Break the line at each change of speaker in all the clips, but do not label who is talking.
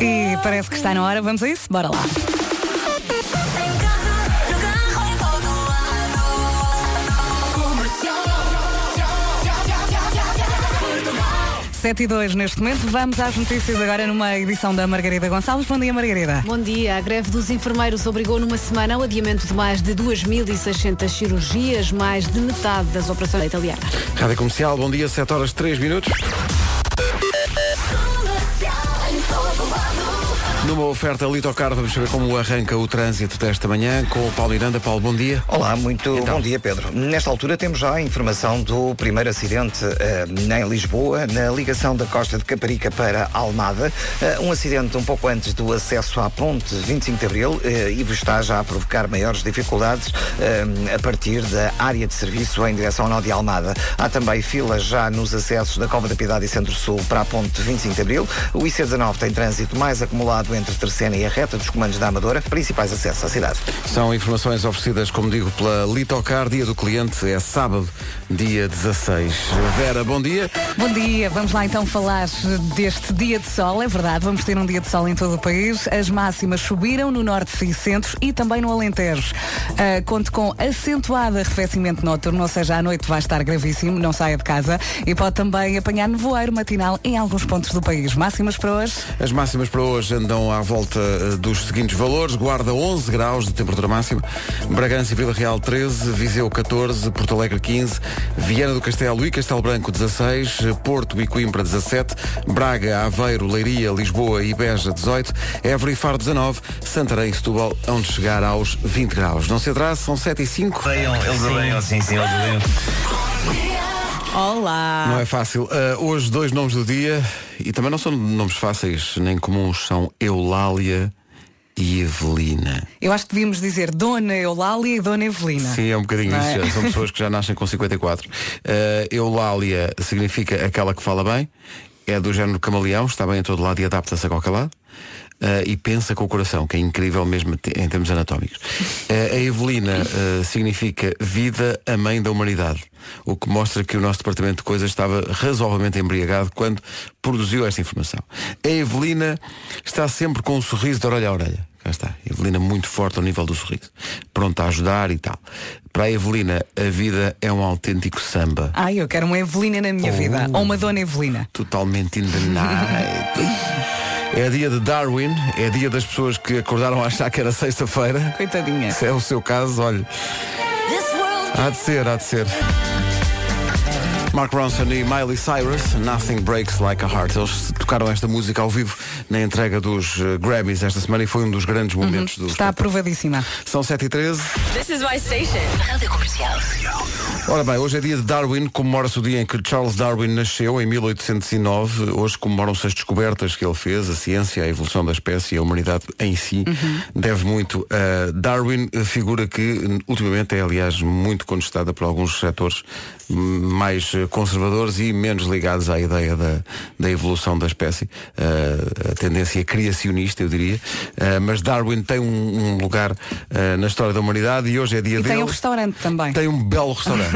E parece que está na hora, vamos a isso? Bora lá. Sete e dois neste momento, vamos às notícias agora numa edição da Margarida Gonçalves. Bom dia, Margarida.
Bom dia. A greve dos enfermeiros obrigou numa semana ao adiamento de mais de 2.600 cirurgias, mais de metade das operações italianas.
Rádio Comercial, bom dia, 7 horas 3 minutos. Numa oferta Litocar, vamos saber como arranca o trânsito desta manhã com o Paulo Miranda. Paulo, bom dia.
Olá, muito
Então.
bom dia, Pedro. Nesta altura temos já a informação do primeiro acidente eh, em Lisboa, na ligação da costa de Caparica para Almada. Eh, um acidente um pouco antes do acesso à ponte 25 de Abril eh, e está já a provocar maiores dificuldades eh, a partir da área de serviço em direção ao nó de Almada. Há também filas já nos acessos da Cova da Piedade e Centro-Sul para a ponte 25 de Abril. O IC19 tem trânsito mais acumulado entre Terceira e a reta dos comandos da Amadora, principais acessos à cidade.
São informações oferecidas, como digo, pela Litocar. Dia do cliente é sábado, dia 16. Vera, bom dia.
Bom dia, vamos lá então falar deste dia de sol. É verdade, vamos ter um dia de sol em todo o país. As máximas subiram no norte e centro e também no Alentejo. Ah, conto com acentuado arrefecimento noturno, ou seja, à noite vai estar gravíssimo, não saia de casa. E pode também apanhar nevoeiro matinal em alguns pontos do país. Máximas para hoje?
As máximas para hoje andam à volta eh, dos seguintes valores. Guarda 11 graus de temperatura máxima. Bragança e Vila Real 13, Viseu 14, Porto Alegre 15, Viana do Castelo e Castelo Branco 16, eh, Porto e Coimbra 17, Braga, Aveiro, Leiria, Lisboa e Beja 18, Évora e Faro 19, Santarém e Setúbal onde chegar aos 20 graus. Não se atrase, são 7 e 5.
odeiam, eles odeiam, sim, sim, eles odeiam.
Olá!
Não é fácil. Ah, hoje, dois nomes do dia e também não são nomes fáceis nem comuns, são Eulália e Evelina.
Eu acho que devíamos dizer Dona Eulália e Dona Evelina.
Sim, é um bocadinho
Não
isso.
é?
já. São pessoas que já nascem com 54. Eh, Eulália significa aquela que fala bem, é do género camaleão, está bem em todo lado e adapta-se a qualquer lado. eh, e pensa com o coração, que é incrível mesmo te- em termos anatómicos. Eh, a Evelina eh, significa vida, a mãe da humanidade, o que mostra que o nosso departamento de coisas estava razoavelmente embriagado quando produziu esta informação. A Evelina está sempre com um sorriso de orelha a orelha. Cá está. Evelina muito forte ao nível do sorriso. Pronta a ajudar e tal. Para a Evelina, a vida é um autêntico samba.
Ai, eu quero uma Evelina na minha
Oh.
vida. Ou uma Dona Evelina.
Totalmente in the night. É dia de Darwin, é dia das pessoas que acordaram a achar que era sexta-feira.
Coitadinha.
Se é o seu caso, olha. Há de ser, há de ser. Mark Ronson e Miley Cyrus, Nothing Breaks Like a Heart. Eles tocaram esta música ao vivo na entrega dos eh, Grammys esta semana e foi um dos grandes momentos do
Está aprovadíssima.
São 7 e 13
This is my station.
Ora bem, hoje é dia de Darwin, comemora-se o dia em que Charles Darwin nasceu, em 1809. Hoje comemoram-se as descobertas que ele fez, a ciência, a evolução da espécie e a humanidade em si.
Uhum.
Deve muito a Darwin, a figura que hum, ultimamente é, aliás, muito contestada por alguns setores hum, mais eh, conservadores e menos ligados à ideia da, da evolução da espécie. Eh, a tendência criacionista, eu diria. Eh, mas Darwin tem um, um lugar eh, na história da humanidade e hoje é dia
E
dele.
tem um restaurante também.
Tem um belo restaurante.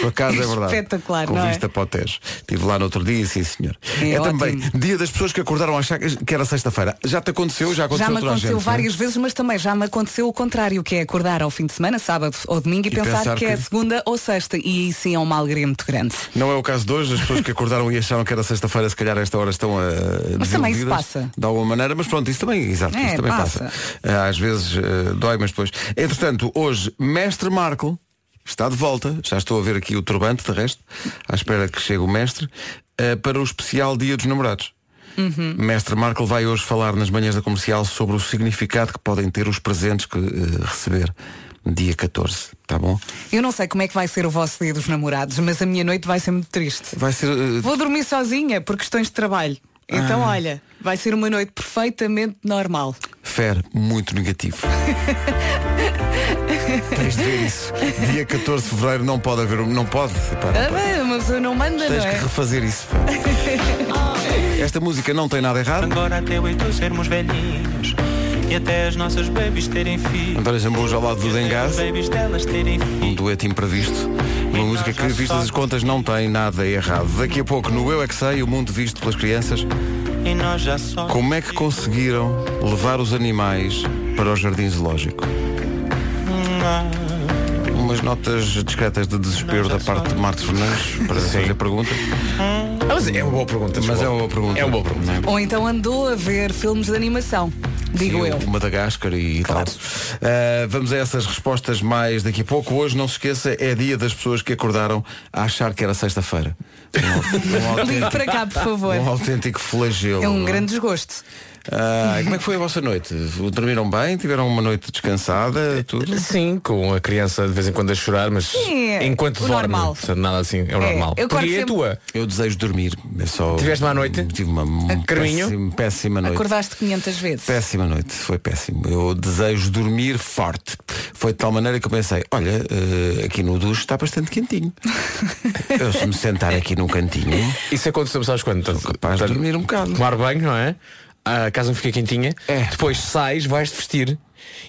Por acaso é verdade.
Espetacular,
Com
não é?
vista para o Tejo. Estive lá no outro dia, sim senhor.
É
É,
ótimo.
também dia das pessoas que acordaram a achar que era sexta-feira. Já te aconteceu, já aconteceu
Já me
a toda a
aconteceu
gente, é?
várias vezes, mas também já me aconteceu o contrário, que é acordar ao fim de semana, sábado ou domingo, e, pensar,
pensar
que, é
que-
segunda ou sexta. E aí sim é uma alegria muito grande.
Não é o caso de hoje, as pessoas que acordaram e acharam que era sexta-feira, se calhar a esta hora estão a
Mas também isso passa.
De alguma maneira, mas pronto, isso também, exato,
É,
isso também passa.
passa.
Ah, Às vezes ah, dói, mas depois. Entretanto, hoje, mestre Marco está de volta, já estou a ver aqui o turbante, de resto, à espera que chegue o mestre, ah, para o especial Dia dos Namorados.
Uhum.
Mestre Marco vai hoje falar nas manhãs da comercial sobre o significado que podem ter os presentes que ah, receber dia 14, tá bom?
Eu não sei como é que vai ser o vosso dia dos namorados, mas a minha noite vai ser muito triste.
Vai ser ah,
Vou dormir sozinha por questões de trabalho. Então, olha, vai ser uma noite perfeitamente normal.
Fer, muito negativo. Tens de ver isso. Dia 14 de Fevereiro não pode haver. um- Não pode. Pá, não
Ah,
pode.
bem, mas eu não manda,
Tens
não
que
é?
refazer isso. pá. Esta música não tem nada errado.
Agora até eu e tu sermos velhinhos E até as nossas babies terem filhos
António Zambujo ao lado do
E até as
Dengás.
babies delas terem
Um
filhos
dueto imprevisto. Uma música que, vistas as contas, não tem nada errado. Daqui a pouco, no Eu É Que Sei, o mundo visto pelas crianças,
E nós já só.
Como é que conseguiram levar os animais para o jardim zoológico? Umas notas discretas de desespero da parte de Marta Fernandes para fazer a pergunta.
Mas é uma boa pergunta.
Mas
desculpa.
é uma boa pergunta.
É uma boa pergunta.
Não é?
Ou então andou a ver filmes de animação, digo
Sim,
eu.
O Madagascar e tal. Uh, vamos a essas respostas mais daqui a pouco. Hoje, não se esqueça, é dia das pessoas que acordaram a achar que era sexta-feira. Um, um
Ligue
autêntico,
para cá, por favor.
um autêntico flagelo.
É um
não
grande desgosto.
Ah, como é que foi a vossa noite? Dormiram bem? Tiveram uma noite descansada? Tudo?
Sim, com a criança de vez em quando a chorar, mas
Sim, é
enquanto
o
dorme,
normal.
portanto, nada assim, é o
É,
normal.
eu acordo
e a
sempre-
tua?
Eu desejo dormir. É só...
Tiveste má noite?
Tive uma
Carminho?
péssima, péssima noite.
Acordaste 500 vezes.
Péssima noite, foi péssimo. Eu desejo dormir forte. Foi de tal maneira que eu pensei, olha, eh, aqui no duche está bastante quentinho. eu se me sentar aqui num cantinho,
Isso aconteceu, sabes quando? Tanto,
capaz de dormir um bocado.
Tomar banho, não é? A casa não fica quentinha.
É.
Depois sais, vais-te vestir.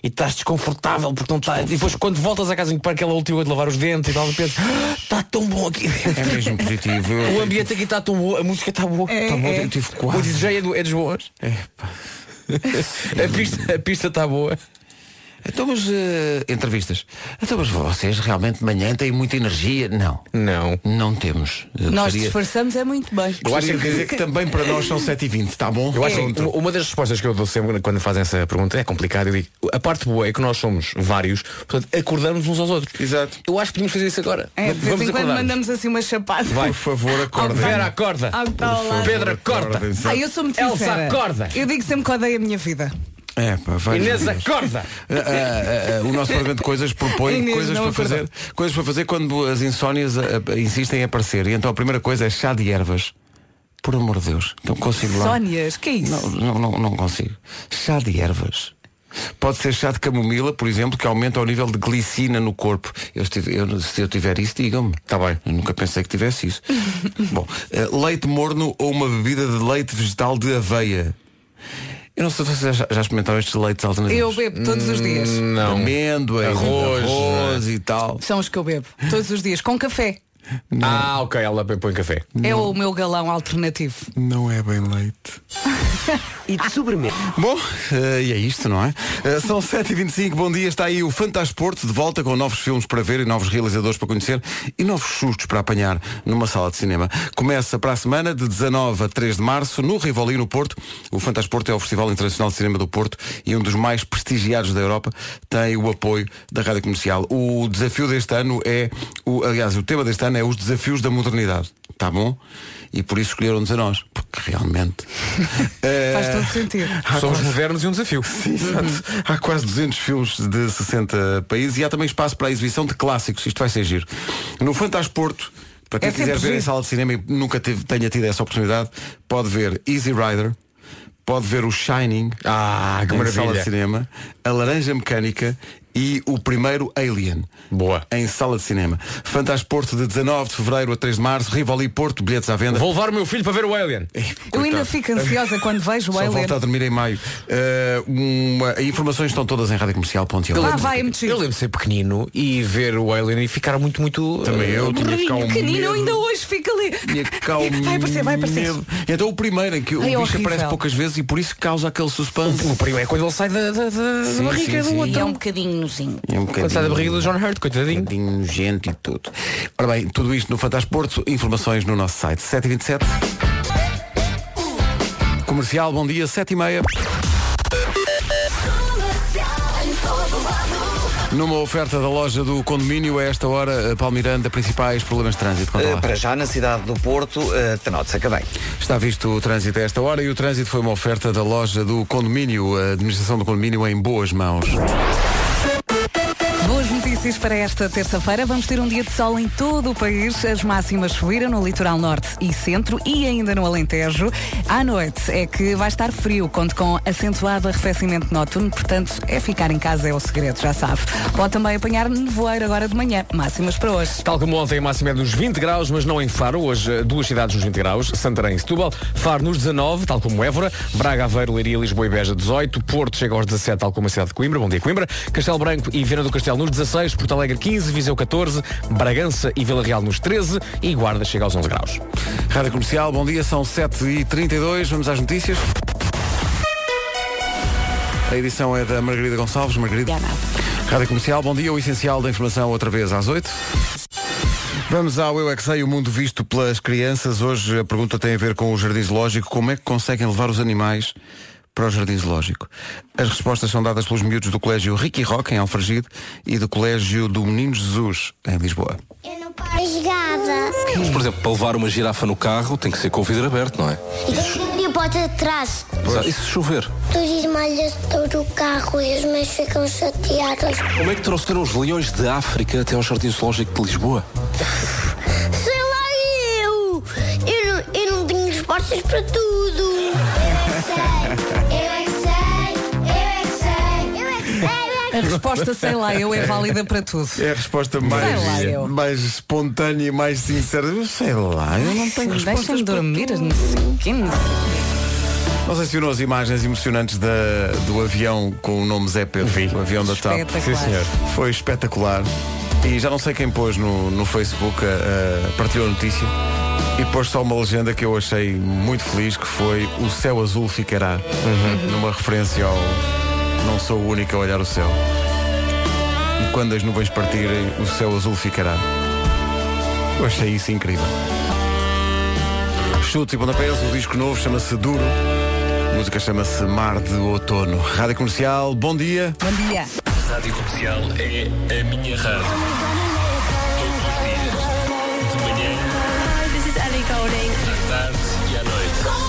E estás desconfortável porque não está. E depois quando voltas à casa em que para aquela última de lavar os dentes e tal, de repente, "Ah, está tão bom aqui.
é mesmo positivo. Eu-
O ambiente aqui está tão bom, a música está boa.
É,
tá boa.
é.
Eu tive quase.
O DJ é, do, é dos bons. A pista, a pista está boa.
Então, mas, eh, entrevistas. Então, mas vocês realmente de manhã têm muita energia? Não.
Não.
Não temos. Eu
Nós
gostaria-
disfarçamos é muito bem.
Eu acho
gostaria de
que-
dizer que também para nós são 7h20, está tá bom? É.
Eu acho
É.
Pronto.
que uma- uma das respostas que eu dou sempre quando fazem essa pergunta é complicado. Eu digo, a parte boa é que nós somos vários, portanto, acordamos uns aos outros.
Exato.
Eu acho que podíamos fazer isso agora.
É, de vez em quando
acordar-nos.
mandamos assim uma chapada. Ah,
Por favor, acordem.
Vera, acorda.
Algo que está ao lado.
Pedro, acorda.
Acordem-se.
Ah, eu sou muito
Elsa,
sincera.
acorda.
Eu digo sempre que odeio a minha vida.
É, pá, vai.
Inês, acorda.
Ah, ah, ah, o nosso programa de coisas propõe
Inês,
coisas
não
para
acordou.
fazer coisas para fazer quando as insónias ah, ah, insistem em aparecer e então a primeira coisa é chá de ervas por amor de Deus não consigo lá
Sónias, que é isso?
não, não, não, não consigo chá de ervas pode ser chá de camomila por exemplo que aumenta o nível de glicina no corpo eu, estive- eu- se eu tiver isso digam-me
Tá bem.
eu nunca pensei que tivesse isso bom ah, leite morno ou uma bebida de leite vegetal de aveia eu não sei se vocês já, já experimentaram estes leites
Eu
alternativos
bebo todos os dias.
Não.
amêndoa, arroz,
Arroz,
arroz e tal.
São os que eu bebo. Todos os dias. Com café.
Ah, ok, ela põe café.
É o meu galão alternativo.
Não é bem leite.
E de sobremesa.
Bom, eh, e é isto, não é? Eh, São 7h25, bom dia, está aí o Fantasporto de volta com novos filmes para ver e novos realizadores para conhecer e novos sustos para apanhar numa sala de cinema. Começa para a semana de 19 a 3 de março no Rivoli, no Porto. O Fantasporto é o Festival Internacional de Cinema do Porto e um dos mais prestigiados da Europa. Tem o apoio da Rádio Comercial. O desafio deste ano é, o, aliás, o tema deste ano é os desafios da modernidade. Tá bom? E por isso escolheram-nos a nós, porque realmente.
É.
eh,
Faz todo sentido.
há
Somos
quase-
modernos e um desafio.
Sim, exato. Há quase 200 filmes de 60 países e há também espaço para a exibição de clássicos. Isto vai ser giro. No Fantasporto, para quem
É sempre
quiser ver em
giro.
sala de cinema e nunca teve- tenha tido essa oportunidade, pode ver Easy Rider, pode ver o Shining
Ah, que
em
maravilha.
sala de cinema, a Laranja Mecânica e o primeiro Alien.
Boa.
Em sala de cinema. Fantasporto de 19 de fevereiro a 3 de março, Rivoli Porto, bilhetes à venda.
Vou levar o meu filho para ver o Alien.
Eu ainda
Coitado.
fico ansiosa quando vejo o
Só
Eiler.
volta a dormir em maio. Uh, uma- informações estão todas em radiocomercial.io.
é
Lá Ah, vai me
Eu lembro de ser pequenino e ver o Alien e ficar muito, muito.
Também
eh,
eu tinha que cá um
Pequenino
medo.
ainda hoje fica ali.
Tinha que cá um
Vai aparecer, vai aparecer.
medo. Então o primeiro em que o
Ai, é
bicho
horrível. Um
aparece poucas vezes e por isso causa aquele suspense.
O primo é quando ele sai da, da, da
Sim,
barriga
sim,
do
sim.
outro.
E é um
bocadinho nozinho.
É um
Quando sai da barriga do John Hurt,
um
coitadinho.
bocadinho nojento e tudo. Ora bem, tudo isto no Fantasporto, informações no nosso site. 7h27. Comercial, bom dia, 7h30. Numa oferta da loja do condomínio, a esta hora, Palmiranda, principais problemas de trânsito. Conta
Eh,
lá.
para já, na cidade do Porto, uh, Tenotes, acabei.
Está visto o trânsito a esta hora e o trânsito foi uma oferta da loja do condomínio, a administração do condomínio é em boas mãos.
Boas notícias para esta terça-feira. Vamos ter um dia de sol em todo o país. As máximas subiram no litoral norte e centro e ainda no Alentejo. À noite é que vai estar frio, conto com acentuado arrefecimento noturno, portanto é ficar em casa é o segredo, já sabe. Pode também apanhar nevoeiro agora de manhã. Máximas para hoje.
Tal como ontem, a máxima é dos 20 graus, mas não em Faro. Hoje, eh, duas cidades nos 20 graus, Santarém e Setúbal. Faro nos 19, tal como Évora. Braga, Aveiro, Leiria, Lisboa e Beja, 18. Porto chega aos 17, tal como a cidade de Coimbra. Bom dia, Coimbra. Castelo Branco e Viana do Castelo nos 16. 16, Porto Alegre 15, Viseu 14, Bragança e Vila Real nos 13 e Guarda chega aos 11 graus.
Rádio Comercial, bom dia, são 7h32, vamos às notícias. A edição é da Margarida Gonçalves. Margarida. Rádio Comercial, bom dia, o essencial da informação outra vez às 8 Vamos ao Eu é que Sei, o mundo visto pelas crianças. Hoje a pergunta tem a ver com o jardim zoológico. Como é que conseguem levar os animais para o jardim zoológico? As respostas são dadas pelos miúdos do Colégio Ricky Rock, em Alfragide, e do Colégio do Menino Jesus, em Lisboa.
Eu não paro. Rasgada.
Mas, por exemplo, para levar uma girafa no carro tem que ser com o vidro aberto, não é? Ah,
E a porta de trás.
E se chover?
Tu esmalhas todo o carro e os meus ficam chateados.
Como é que trouxeram os leões de África até ao Jardim Zoológico de Lisboa?
Sei lá eu! Eu não, eu não tenho respostas para tudo! Eu é que sei! Eu é que sei! Eu é que sei! Eu é que sei!
A resposta, sei lá, eu é válida para tudo.
É a resposta
lá,
mais,
eu.
mais espontânea e mais sincera. Eu sei lá, eu não tenho respostas
Deixa-me dormir, não sei o quê, não sei.
Nós acionou as imagens emocionantes da- do avião com o nome Zé Pedro, o avião da TAP.
Espetacular. Sim, senhor.
Foi espetacular. E já não sei quem pôs no, no Facebook, eh, partilhou a notícia e pôs só uma legenda que eu achei muito feliz, que foi O Céu Azul Ficará, numa referência ao Não Sou o Único a Olhar o Céu. E quando as nuvens partirem, o céu azul ficará. Eu achei isso incrível. Chutes e pontapés, o disco novo chama-se Duro. A música chama-se Mar de Outono. Rádio Comercial, bom dia.
Bom dia.
Rádio Comercial é a minha rádio. Todos os dias, de manhã, à tarde e à noite.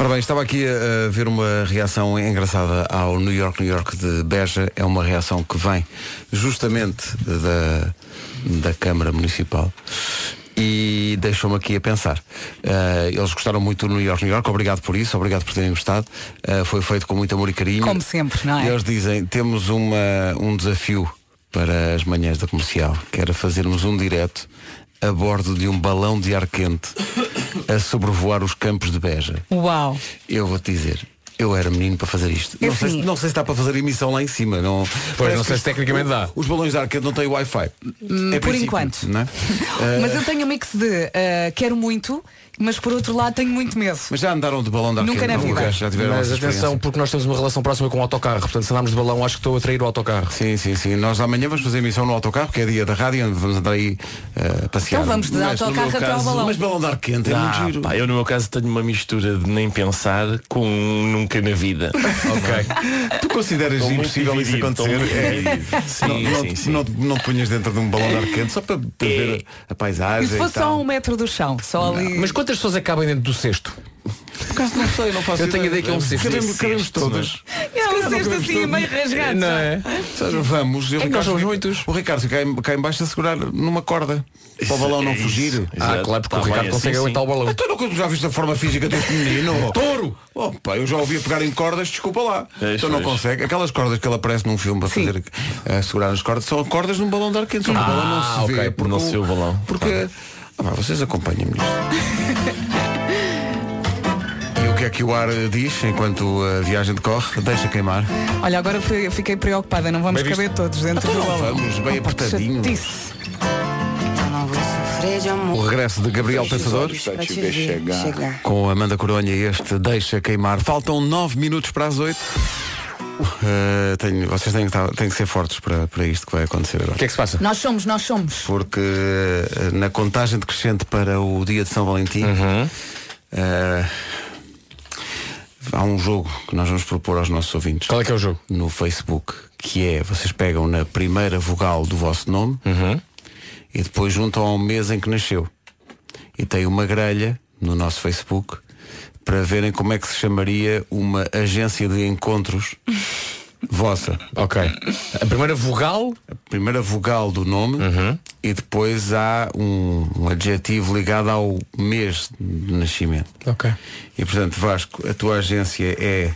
Ora bem, estava aqui a, a ver uma reação engraçada ao New York, New York de Beja. É uma reação que vem justamente da, da Câmara Municipal. E deixou-me aqui a pensar. Ah, eles gostaram muito do New York, New York. Obrigado por isso, obrigado por terem gostado. Ah, foi feito com muito amor e carinho.
Como sempre, não é?
E eles dizem, temos uma, um desafio para as manhãs da comercial, que era fazermos um direto a bordo de um balão de ar quente a sobrevoar os campos de Beja.
Uau.
Eu vou-te dizer, eu era menino para fazer isto.
É
Não sei,
assim.
se- não sei se dá para fazer emissão lá em cima. Não, parece
não sei
que
se tecnicamente
os-
dá.
Os balões de ar quente não têm Wi-Fi. É
Hum, por
princípio,
enquanto.
não é? Eh,
Mas eu tenho um mix de eh, quero muito, mas por outro lado tenho muito medo.
mas já andaram de balão de ar
Nunca
quente?
na
Não,
vida.
nunca, Já tiveram
Mas
essa
atenção, porque nós temos uma relação próxima com o autocarro, portanto se andarmos de balão acho que estou a trair o autocarro.
Sim, sim, sim. Nós amanhã vamos fazer emissão no autocarro, que é dia da rádio, onde vamos andar aí eh, passear.
Então vamos de
Mas no
autocarro
meu
até ao
caso-
balão.
Mas balão de ar quente é muito
Ah,
giro.
pá, eu no meu caso tenho uma mistura de nem pensar com um nunca na vida.
Ok. tu consideras
Estou muito
impossível isso
dividido,
acontecer?
estou muito
É.
dividido. Sim,
não, não,
sim, sim.
Não, não te punhas dentro de um balão de ar quente só para, para ver a, a
É. E
paisagem.
se
e
fosse
tal.
só um metro do chão, só ali.
Mas quantas pessoas acabem dentro do cesto?
Por acaso não sei, não faço
Eu tenho ideia que é um cesto.
Cabemos, cabemos
Cesto,
todas.
é um cesto assim meio rasgado.
Não
sabe?
é?
Vamos. eu
É que nós somos
fica-
muitos.
O Ricardo cai, cai em baixo a segurar numa corda. Para o balão não
É isso.
fugir.
Ah,
Exato.
claro, porque
Tá
o Ricardo
bem,
consegue
assim,
aguentar
sim.
o balão.
Então nunca tu já viste a forma física deste menino? Touro! Oh, pá, eu já ouvi a pegar em cordas, desculpa lá.
Pois,
então não
pois.
consegue. Aquelas cordas que ele aparece num filme para
Sim.
fazer a segurar as cordas são cordas num balão de ar quente. Só que o balão não se
ok,
vê. porque
não se vê o balão.
Porque. Ah, pá, vocês acompanham-me nisto. E o que é que o ar eh, diz enquanto a viagem decorre? Deixa queimar.
Olha, agora fui- fiquei preocupada, não vamos caber todos dentro do
Então não
balão.
vamos, bem
Opa, que
apertadinho.
chatice.
O regresso de Gabriel Pensador com Amanda Coronha e este Deixa Queimar. Faltam 9 minutos para as 8. tenho, vocês têm que, estar- têm que ser fortes para, para isto que vai acontecer agora.
O que é que se passa?
Nós somos, nós somos.
Porque eh, na contagem decrescente para o dia de São Valentim eh, há um jogo que nós vamos propor aos nossos ouvintes
Qual é que é o jogo?
no Facebook, que é vocês pegam na primeira vogal do vosso nome e depois juntam ao mês em que nasceu. E tem uma grelha no nosso Facebook para verem como é que se chamaria uma agência de encontros vossa.
Ok. A primeira vogal
Primeira vogal do nome e depois há um, um adjetivo ligado ao mês de nascimento.
Ok.
E portanto, Vasco, a tua agência é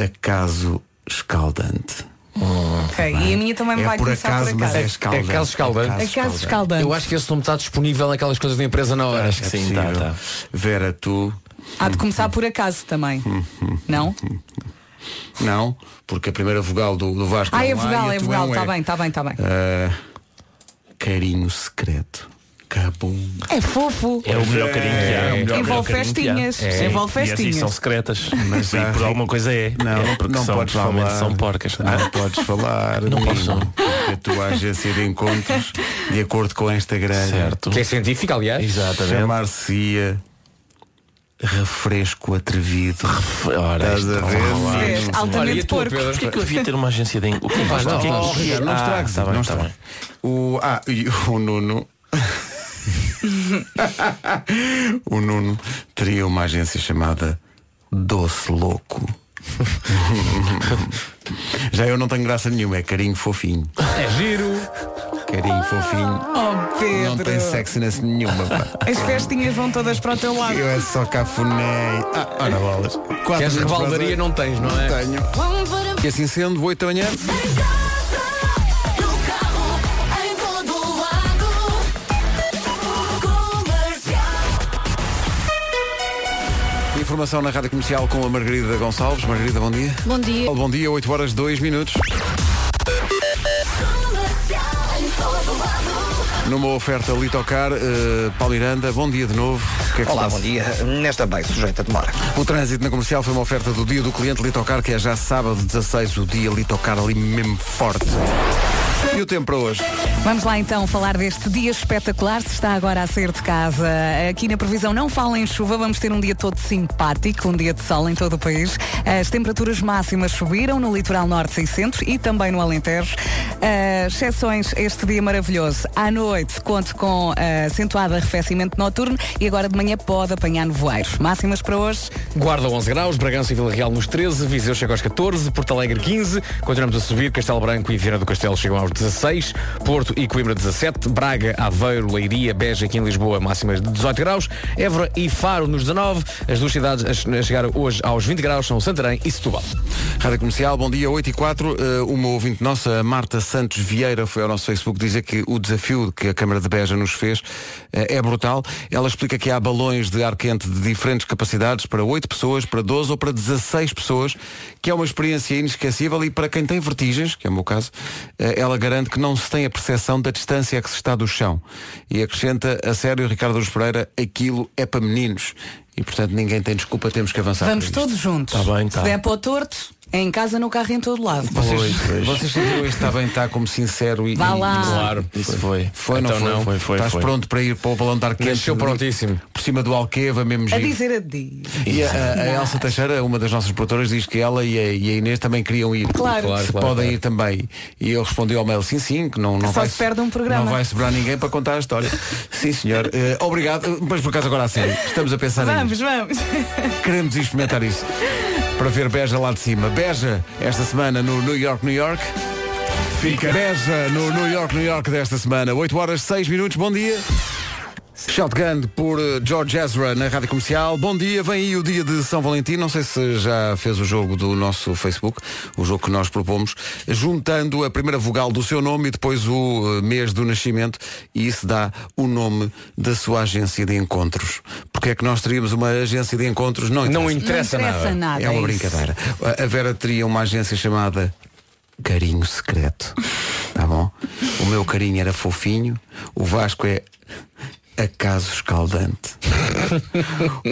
acaso escaldante.
Ok, E a minha também
É
vai
por
começar
acaso,
por
mas
acaso.
é escaldante.
É acaso escaldante.
É
Acaso escaldante.
Eu acho que esse nome está disponível naquelas coisas da empresa na hora.
Acho que sim, tá, tá.
É Vera, tu
Há de começar por acaso também. Não?
Não, porque a primeira vogal do, do Vasco
Ah,
é
é
um A
vogal,
e a
é
tua
vogal.
um
Está
E.
bem, está bem, está bem.
Ah, carinho secreto. Cabum.
É fofo.
É o melhor carinho que há.
É o melhor-
Envolve
melhor carinho que há.
festinhas.
É.
Envolve
E assim
festinhas.
são secretas.
Mas
Mas
há-
por alguma coisa é.
Não,
é porque
não
são,
podes
provavelmente
falar.
são porcas. é? Ah,
Não podes falar.
Não
menino,
posso.
Porque a tua agência de encontros, de acordo com esta grelha,
Certo.
Que é científica, aliás.
Exatamente.
chamar-se-ia refresco atrevido.
Ora,
Estás
isto
a
está
ver?
lá.
Sim.
Sim. É Altamente
Olha, e a tua,
porco.
Pedro? Porquê é que eu havia ter uma agência de encontros?
Ah, tá
O que é que-
oh, Ricardo, não
Ah,
estragues,
está bem,
não
está
estragues.
bem.
O, ah, e o Nuno. o Nuno teria uma agência chamada Doce Louco. Já eu não tenho graça nenhuma, é carinho fofinho.
É giro.
Carinho fofinho.
Oh, Pedro.
Não tem sexiness nenhuma, pá.
As festinhas vão todas para o teu lado.
Eu é só cafunei. Ah, ora bolas. Quatro
Queres
minutos para as
rebaldaria?
oito.
Não tens, não é?
Tenho. E assim sendo, 8 da manhã. Informação na Rádio Comercial com a Margarida Gonçalves. Margarida, bom dia.
Bom dia.
Bom dia, 8 horas 2 minutos. Numa oferta Litocar, eh, Paulo Miranda, bom dia de novo. O que é que se
Olá,
passa?
bom dia. Nesta bem sujeita a demora.
O trânsito na comercial foi uma oferta do dia do cliente Litocar, que é já sábado 16, o dia Litocar ali mesmo forte. E o tempo para hoje?
Vamos lá então falar deste dia espetacular, se está agora a sair de casa. Aqui na previsão não fala em chuva, vamos ter um dia todo simpático, um dia de sol em todo o país. As temperaturas máximas subiram no litoral norte e centro e também no Alentejo. Ah, exceções este dia maravilhoso. À noite conto com ah, acentuado arrefecimento noturno e agora de manhã pode apanhar nevoeiros. Máximas para hoje,
Guarda 11 graus, Bragança e Vila Real nos 13, Viseu chega aos 14, Porto Alegre 15, continuamos a subir, Castelo Branco e Viana do Castelo chegam aos 16, Porto e Coimbra 17, Braga, Aveiro, Leiria, Beja aqui em Lisboa máximas de 18 graus, Évora e Faro nos 19, as duas cidades a che- a chegar hoje aos 20 graus são Santarém e Setúbal.
Rádio Comercial, bom dia, 8 e 4. Uh, uma ouvinte nossa, a Marta Santos Vieira, foi ao nosso Facebook dizer que o desafio que a Câmara de Beja nos fez uh, é brutal. Ela explica que há balões de ar quente de diferentes capacidades para 8 pessoas, para 12 ou para 16 pessoas, que é uma experiência inesquecível e para quem tem vertigens, que é o meu caso, uh, ela garante que não se tem a percepção da distância a que se está do chão. E acrescenta, a sério, Ricardo Luz Pereira, aquilo é para meninos. E portanto ninguém tem desculpa, temos que avançar.
vamos
para isto.
todos juntos.
Tá bem, tá.
Se der para o torto, é em casa, no carro, em todo lado.
Vocês, vocês sentiram este está bem, está como sincero e.
Vá lá.
e-
Claro,
Isso foi.
Foi, não
Então
foi?
não.
Foi, foi,
Estás
foi.
pronto para ir para o balão de ar quente?
Nasceu prontíssimo.
Por cima do Alqueva, mesmo
A
giro.
dizer a dia.
E a, a- a Elsa Teixeira, uma das nossas produtoras, diz que ela e a, e a Inês também queriam ir.
Claro.
Claro,
Se
claro,
podem
claro.
ir também. E eu respondi ao mail, sim, sim, que não, não
Só
vai.
se perde um programa.
Não vai sobrar ninguém para contar a história. sim, senhor. Eh, obrigado. Mas por acaso agora a sério. Estamos a pensar nisso.
Vamos, vamos.
Queremos ir experimentar isso. Para ver Beja lá de cima. Beja, esta semana no New York, New York. Fica Beja no New York, New York desta semana. 8 horas, 6 minutos, bom dia. Shotgun por eh, George Ezra na Rádio Comercial. Bom dia, vem aí o dia de São Valentim. Não sei se já fez o jogo do nosso Facebook, o jogo que nós propomos, juntando a primeira vogal do seu nome e depois o eh, mês do nascimento e isso dá o nome da sua agência de encontros. Porque é que nós teríamos uma agência de encontros? Não
Não
interessa.
interessa,
não interessa nada.
É uma
isso.
brincadeira. A- A Vera teria uma agência chamada Carinho Secreto. Tá bom? O meu carinho era fofinho, o Vasco é acaso escaldante.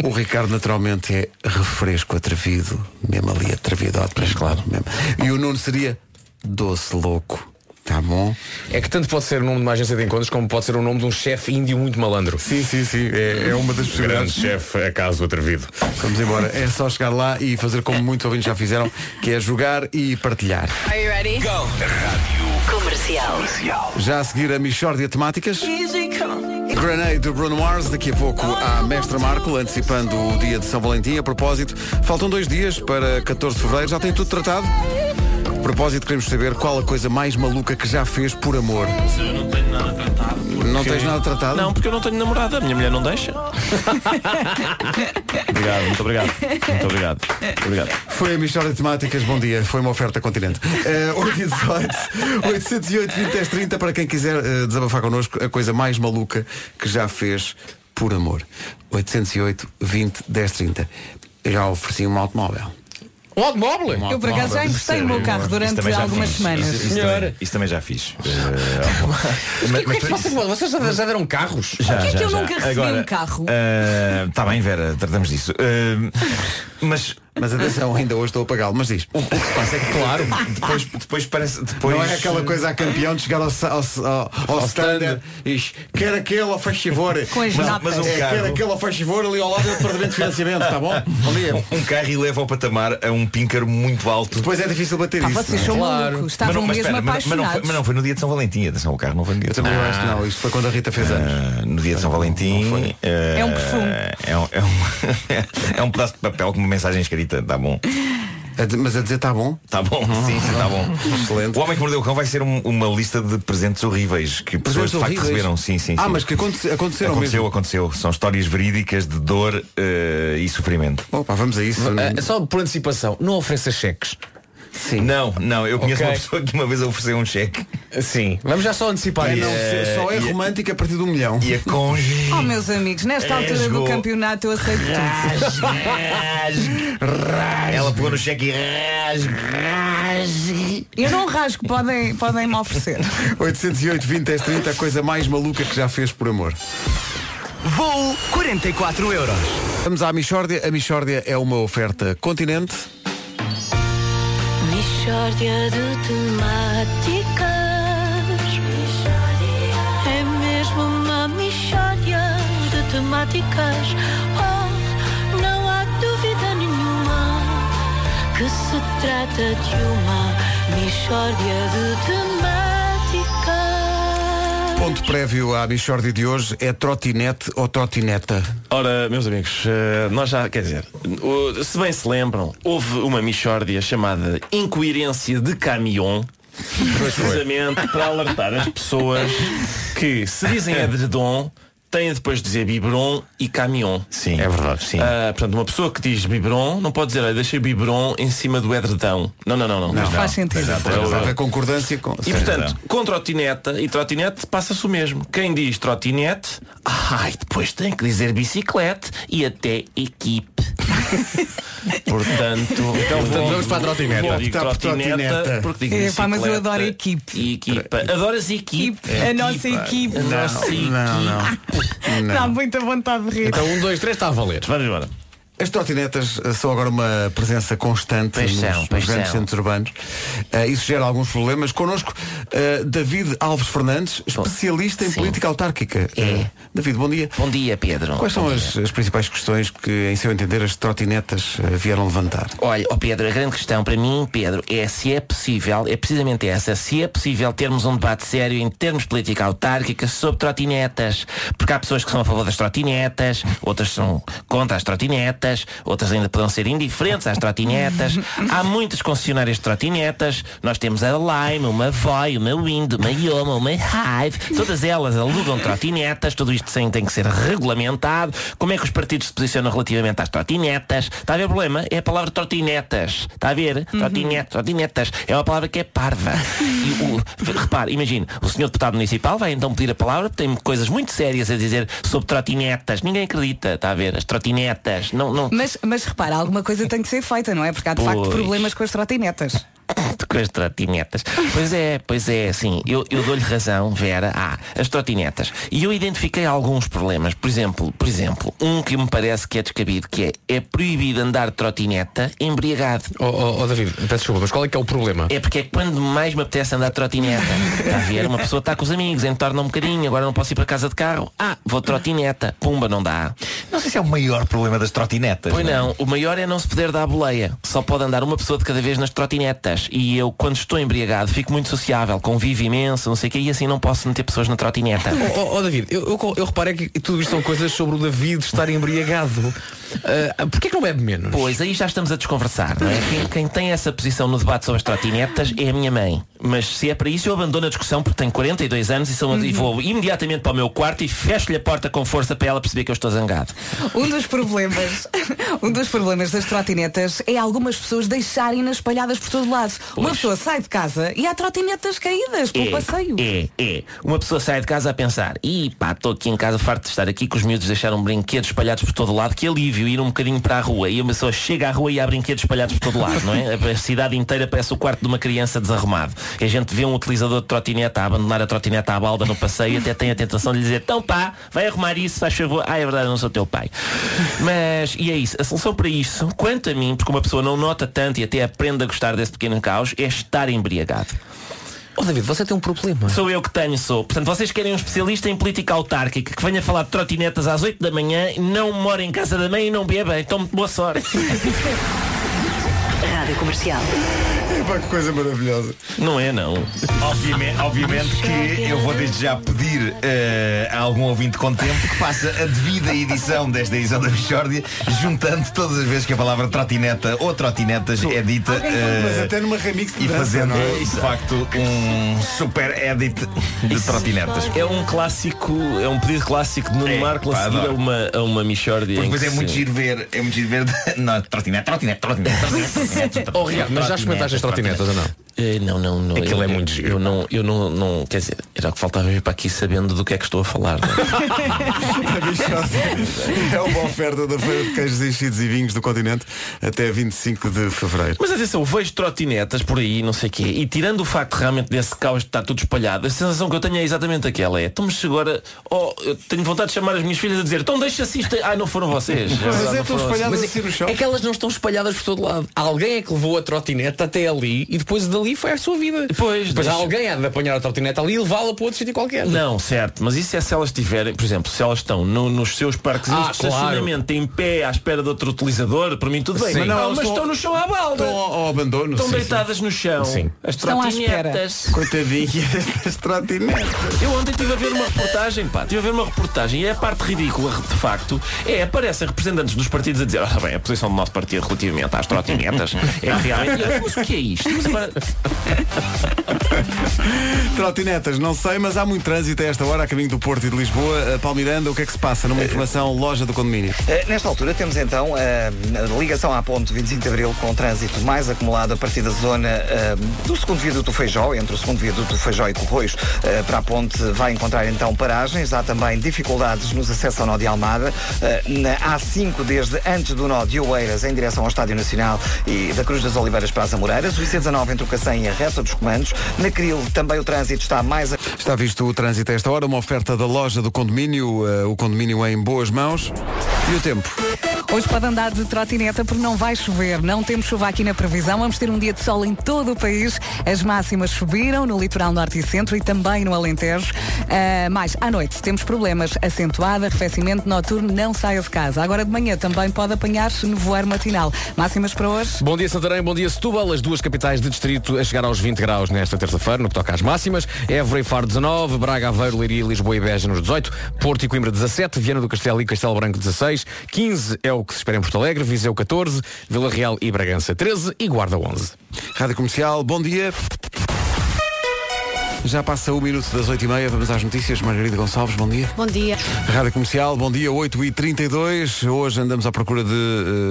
O Ricardo naturalmente é refresco atrevido, mesmo ali atrevidote, mas claro mesmo. E o Nuno seria doce louco. Tá bom?
É que tanto pode ser o nome de uma agência de encontros como pode ser o nome de um chefe índio muito malandro.
Sim, sim, sim. É, é uma das possibilidades.
chefe, acaso atrevido.
Vamos embora. É só chegar lá e fazer como muitos ouvintes já fizeram, que é jogar e partilhar.
É. Are you ready? Go. Comercial.
Já a seguir a Michórdia Temáticas. Grenade do Bruno Mars, daqui a pouco à Mestra Marco, antecipando o dia de São Valentim. A propósito, faltam dois dias para 14 de Fevereiro, já tem tudo tratado? A propósito, queremos saber qual a coisa mais maluca que já fez por amor.
Eu não tenho nada tratado.
Não tens nada tratado?
Não, porque eu não tenho namorada, a minha mulher não deixa. obrigado, muito obrigado. Muito obrigado. Muito obrigado.
Foi a Michórdia Temáticas, bom dia. Foi uma oferta continente. Uh, 818, 808 20 10 30 para quem quiser eh, desabafar connosco a coisa mais maluca que já fez por amor. 808 20 10 30. Eu já ofereci um automóvel.
Um automóvel?
Eu, por acaso, já emprestei o meu carro durante algumas semanas.
Isso, isso
Senhora.
também, isso também já fiz.
Mas, mas, vocês, é vocês já, já deram carros?
Já,
Porquê é
já,
que eu
já.
nunca recebi
Agora,
um carro?
Está bem, Vera, tratamos disso. Ah, mas.
Mas atenção, ainda hoje estou a pagá-lo, mas diz.
O que passa é que, claro, depois, depois parece. Depois,
Não é aquela coisa a campeão de chegar ao, sa- ao, ao, ao standard e diz, quer aquele ou faz favor.
Com as
Mas-
natas.
mas um
É,
carro-
quer aquele
ou faz favor ali ao lado do departamento de financiamento, tá bom? Bom dia.
Um, um carro e leva ao patamar a um píncaro muito alto.
Depois é difícil bater
Ah, isso, vocês não é? são malucos, estavam mesmo
mas, não foi,
apaixonados.
mas não foi no dia de São Valentim, atenção, o carro não foi no dia de São
Também eu
Valentim.
acho que não, isto foi quando a Rita fez anos.
Ah, no dia de São Valentim ah,
É um perfume.
é um, é um- é um pedaço de papel com uma mensagem escrita tá bom
A de- Mas a dizer está bom?
tá bom sim tá bom excelente o homem que mordeu o cão vai ser um- uma lista de presentes horríveis que
Presentes
pessoas de facto
horríveis?
receberam sim sim
Ah,
sim.
mas que aconte- aconteceram
aconteceu
mesmo.
aconteceu são histórias verídicas de dor ah, e sofrimento
Opa, vamos a isso.
eh,
Ah, só por antecipação, não ofereça cheques.
não não eu conheço
Ok.
uma pessoa que uma vez ofereceu um cheque
Sim. Vamos já só antecipar
É,
isso.
não,
É,
só é
e-
romântica a partir de um milhão.
e a cônjuge
Oh, meus amigos,
É
nesta altura do
Rasgou.
campeonato eu aceito
É.
tudo.
Rasgue. Ela pegou no cheque e rasgue.
Eu não rasgo, podem, podem me oferecer.
808 20 10 30, a coisa mais maluca que já fez por amor.
Voo 44 euros.
Vamos à Michórdia. A Michórdia é uma oferta continente.
Mishória de temáticas É mesmo uma mishória de temáticas Oh, não há dúvida nenhuma Que se trata de uma mishória de temáticas
Ponto prévio à Michórdia de hoje é trotinete ou trotineta.
Ora, meus amigos, eh, nós já, quer dizer, o- se bem se lembram, houve uma mixórdia chamada Incoerência de Caminhão, precisamente para alertar as pessoas que se dizem edredom, têm depois de dizer biberon e caminhão.
Sim. É verdade, sim.
Ah, portanto, uma pessoa que diz biberon não pode dizer, "Olha, deixei biberon em cima do edredão. Não, não, não, não.
Não.
Faz sentido.
Exato, a concordância com.
E portanto, com trotineta e trotinete passa-se o mesmo. Quem diz trotinete, ai, depois tem que dizer bicicleta e até equipe. portanto, então
vamos para a trotineta.
Vou, digo
Optar por
trotineta
trotineta.
porque digo
É, pá, mas eu
bicicleta
adoro equipe.
E equipa. Adoras
Equipe.
equipe.
A nossa equipe.
A nossa equipe.
Dá muita vontade de rir.
Então um, dois, três está a valer.
Vamos embora.
As trotinetas eh, são agora uma presença constante
Pois
nos,
são,
nos
pois
grandes
são.
centros urbanos. Eh, isso gera alguns problemas. Connosco, eh, David Alves Fernandes, especialista em política autárquica. Eh, David, bom dia.
Bom dia, Pedro.
Quais são as, as principais questões que, em seu entender, as trotinetas eh, vieram levantar?
Olha, ó Pedro, a grande questão para mim, Pedro, é se é possível, é precisamente essa, se é possível termos um debate sério em termos de política autárquica sobre trotinetas. Porque há pessoas que são a favor das trotinetas, outras são contra as trotinetas, outras ainda poderão ser indiferentes às trotinetas. Há muitas concessionárias de trotinetas, nós temos a Lime, uma Voi, uma Wind, uma Yoma, uma Hive, todas elas alugam trotinetas, tudo isto sem- tem que ser regulamentado. Como é que os partidos se posicionam relativamente às trotinetas? Está a ver o problema? É a palavra trotinetas. Está a ver? Trotinete, trotinetas. É uma palavra que é parva. E o, repare, imagine, o senhor deputado municipal vai então pedir a palavra, tem coisas muito sérias a dizer sobre trotinetas. Ninguém acredita, está a ver? As trotinetas. Não, não,
Mas, mas repara, alguma coisa tem que ser feita, não é? Porque há de facto
Pois.
problemas com as trotinetas.
com as trotinetas. Pois é, pois é, sim. Eu, eu dou-lhe razão, Vera. Ah, as trotinetas. E eu identifiquei alguns problemas. Por exemplo, por exemplo, um que me parece que é descabido, que é, é proibido andar de trotineta embriagado.
Ó ó, ó, David, peço desculpa, mas qual é que é o problema?
É porque é quando mais me apetece andar de trotineta. Está a ver? Uma pessoa está com os amigos, entorna um bocadinho, agora não posso ir para casa de carro. Ah, vou de trotineta. Pumba, não dá.
Não sei se é o maior problema das trotinetas.
Pois não, o maior é não se poder dar a boleia. Só pode andar uma pessoa de cada vez nas trotinetas. E eu, quando estou embriagado, fico muito sociável, convivo imenso, não sei o quê, e assim não posso meter pessoas na trotineta.
Ó ó, ó, David, eu, eu, eu reparei que tudo isto são coisas sobre o David estar embriagado. Ah, Porquê que não bebe menos?
Pois, aí já estamos a desconversar, não é? Quem, quem tem essa posição no debate sobre as trotinetas é a minha mãe. Mas se é para isso, eu abandono a discussão porque tenho 42 anos e, sou, e vou imediatamente para o meu quarto e fecho-lhe a porta com força para ela perceber que eu estou zangado.
Um dos problemas, um dos problemas das trotinetas é algumas pessoas deixarem-nas espalhadas por todo lado. Uma pessoa sai de casa e há trotinetas caídas pelo passeio.
É, é. Uma pessoa sai de casa a pensar, e pá, estou aqui em casa farto de estar aqui que os miúdos deixaram brinquedos espalhados por todo lado, que alívio. óbvio ir um bocadinho para a rua e uma pessoa chega à rua e há brinquedos espalhados por todo lado, não é? A cidade inteira parece o quarto de uma criança desarrumado. E a gente vê um utilizador de trotineta a abandonar a trotineta à balda no passeio e até tem a tentação de lhe dizer, então pá, vai arrumar isso, faz favor. Ah, é verdade, eu não sou teu pai. Mas, e é isso. A solução para isso, quanto a mim, porque uma pessoa não nota tanto e até aprende a gostar desse pequeno caos, é estar embriagado.
Oh, David, você tem um problema.
Sou eu que tenho, sou. Portanto, vocês querem um especialista em política autárquica que venha falar de trotinetas às 8 da manhã, não mora em casa da mãe e não beba. Então, boa sorte.
Rádio Comercial.
Epá, que coisa maravilhosa.
Não é, não.
Obviamente, obviamente que eu vou desde já pedir eh, a algum ouvinte com tempo que faça a devida edição desta edição da Michórdia, juntando todas as vezes que a palavra trotineta ou trotinetas é dita. eh,
Mas até numa remix de
e
dança,
fazendo
não é?
de facto um super edit de trotinetas. É,
É um clássico, é um pedido clássico de Nuno Marco a
pá,
seguir a
um
adoro.
uma, a uma Michordia.
Porque depois é muito giro ver, é muito giro ver. Não, trotinete, trotinete, trotinete, trotinete, trotinete.
Oh, Ricardo, mas já experimentaste as trotinetas ou não?
Eh, não, não, não.
Aquilo
eu,
é muito
eu-
giro.
Eu não, eu não, não, quer dizer, era o que faltava ir para aqui sabendo do que é que estou a falar. não é?
A Michórdia é uma oferta da Feira de Queijos Enchidos e Vinhos do Continente até 25 de Fevereiro.
Mas atenção, eu vejo trotinetas por aí, não sei o quê, e tirando o facto realmente desse caos de estar tudo espalhado, a sensação que eu tenho é exatamente aquela, é, então mas agora, oh, eu tenho vontade de chamar as minhas filhas a dizer, então deixa-se isto, ah, não foram vocês. É verdade, não foram vocês.
assim
é, é que elas não estão espalhadas por todo lado. Alguém é que levou a trotineta até ali e depois dali foi a sua vida. Depois, depois
deixa-
alguém há de apanhar a trotineta ali e levá-la para outro sítio qualquer.
Não, certo, mas isso é se elas tiverem, por exemplo, se elas estão no- nos seus parques
Ah,
de estacionamento em pé à espera de outro utilizador, para mim tudo bem.
Sim.
Mas não,
Não,
elas
mas
estão no chão à balda.
Estão ao, ao abandono.
Estão
sim, sim.
deitadas no chão.
Sim.
As
Estão à
trotinetas.
Coitadinhas das trotinetas.
Eu ontem estive a ver uma reportagem, pá, estive a ver uma reportagem e é a parte ridícula de facto é aparecem representantes dos partidos a dizer, ora bem, a posição do nosso partido relativamente às trotinetas é realmente. Mas o que é isto? Mas agora-
Trotinetas, não sei, mas há muito trânsito a esta hora a caminho do Porto e de Lisboa. Uh, Palmiranda, o que é que se passa numa informação loja do condomínio?
Eh, Nesta altura temos então eh, a ligação à ponte 25 de Abril com trânsito mais acumulado a partir da zona eh, do segundo viaduto do Feijó, entre o segundo viaduto do Feijó e Corroios eh, para a ponte vai encontrar então paragens, há também dificuldades nos acessos ao nó de Almada, eh, na A5 desde antes do nó de Oeiras em direção ao Estádio Nacional e da Cruz das Oliveiras para as Amoreiras, o IC19 entre o Cacém e a reta dos comandos, na Cril também o trânsito está mais... a-
Está visto o trânsito a esta hora, uma oferta da loja do condomínio, eh, o condomínio em boas mãos. E o tempo?
Hoje pode andar de trotineta porque não vai chover. Não temos chuva aqui na previsão. Vamos ter um dia de sol em todo o país. As máximas subiram no litoral norte e centro e também no Alentejo. Ah, mas à noite temos problemas. Acentuado, arrefecimento noturno, não saia de casa. Agora de manhã também pode apanhar-se no voar matinal. Máximas para hoje.
Bom dia Santarém, bom dia Setúbal, as duas capitais de distrito a chegar aos 20 graus nesta terça-feira, no que toca às máximas. Évora e Faro 19, Braga, Aveiro, Leiria, Lisboa e Beja nos 18, Porto e Coimbra 17, Viana do Castelo e Castelo Branco 16, 15 é o que se espera em Porto Alegre, Viseu 14, Vila Real e Bragança 13 e Guarda 11.
Rádio Comercial, bom dia. Já passa um minuto das 8h30, vamos às notícias. Margarida Gonçalves, bom dia.
Bom dia.
Rádio Comercial, bom dia, 8h32. Hoje andamos à procura de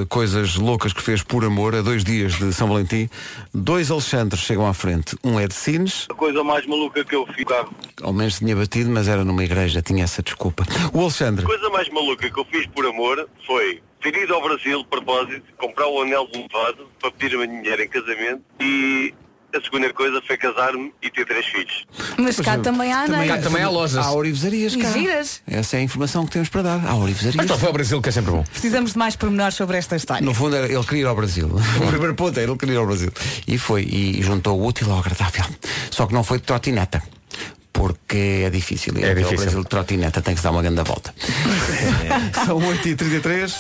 eh, coisas loucas que fez por amor, a dois dias de São Valentim. Dois Alexandres chegam à frente. Um é de Sines,
A coisa mais maluca que eu fiz, carro.
ao menos tinha batido, mas era numa igreja, tinha essa desculpa. O Alexandre.
A coisa mais maluca que eu fiz por amor foi ter ido ao Brasil de propósito, comprar o anel de levado para pedir a minha mulher em casamento e a segunda coisa foi casar-me e ter três filhos.
Mas cá
Pois é,
também há aneias.
Há orivesarias,
E
cá.
giras.
Essa é a informação que temos para dar. Há orivesarias.
Então foi ao Brasil que é sempre bom.
Precisamos de mais pormenores sobre esta história.
No fundo, era- ele queria ir ao Brasil. O primeiro ponto era ele queria ir ao Brasil. E foi, e juntou o útil ao agradável. Só que não foi de trotineta. Porque é difícil. ir
É
até ao
difícil.
Brasil de trotineta tem que se dar uma grande volta. São 8h33.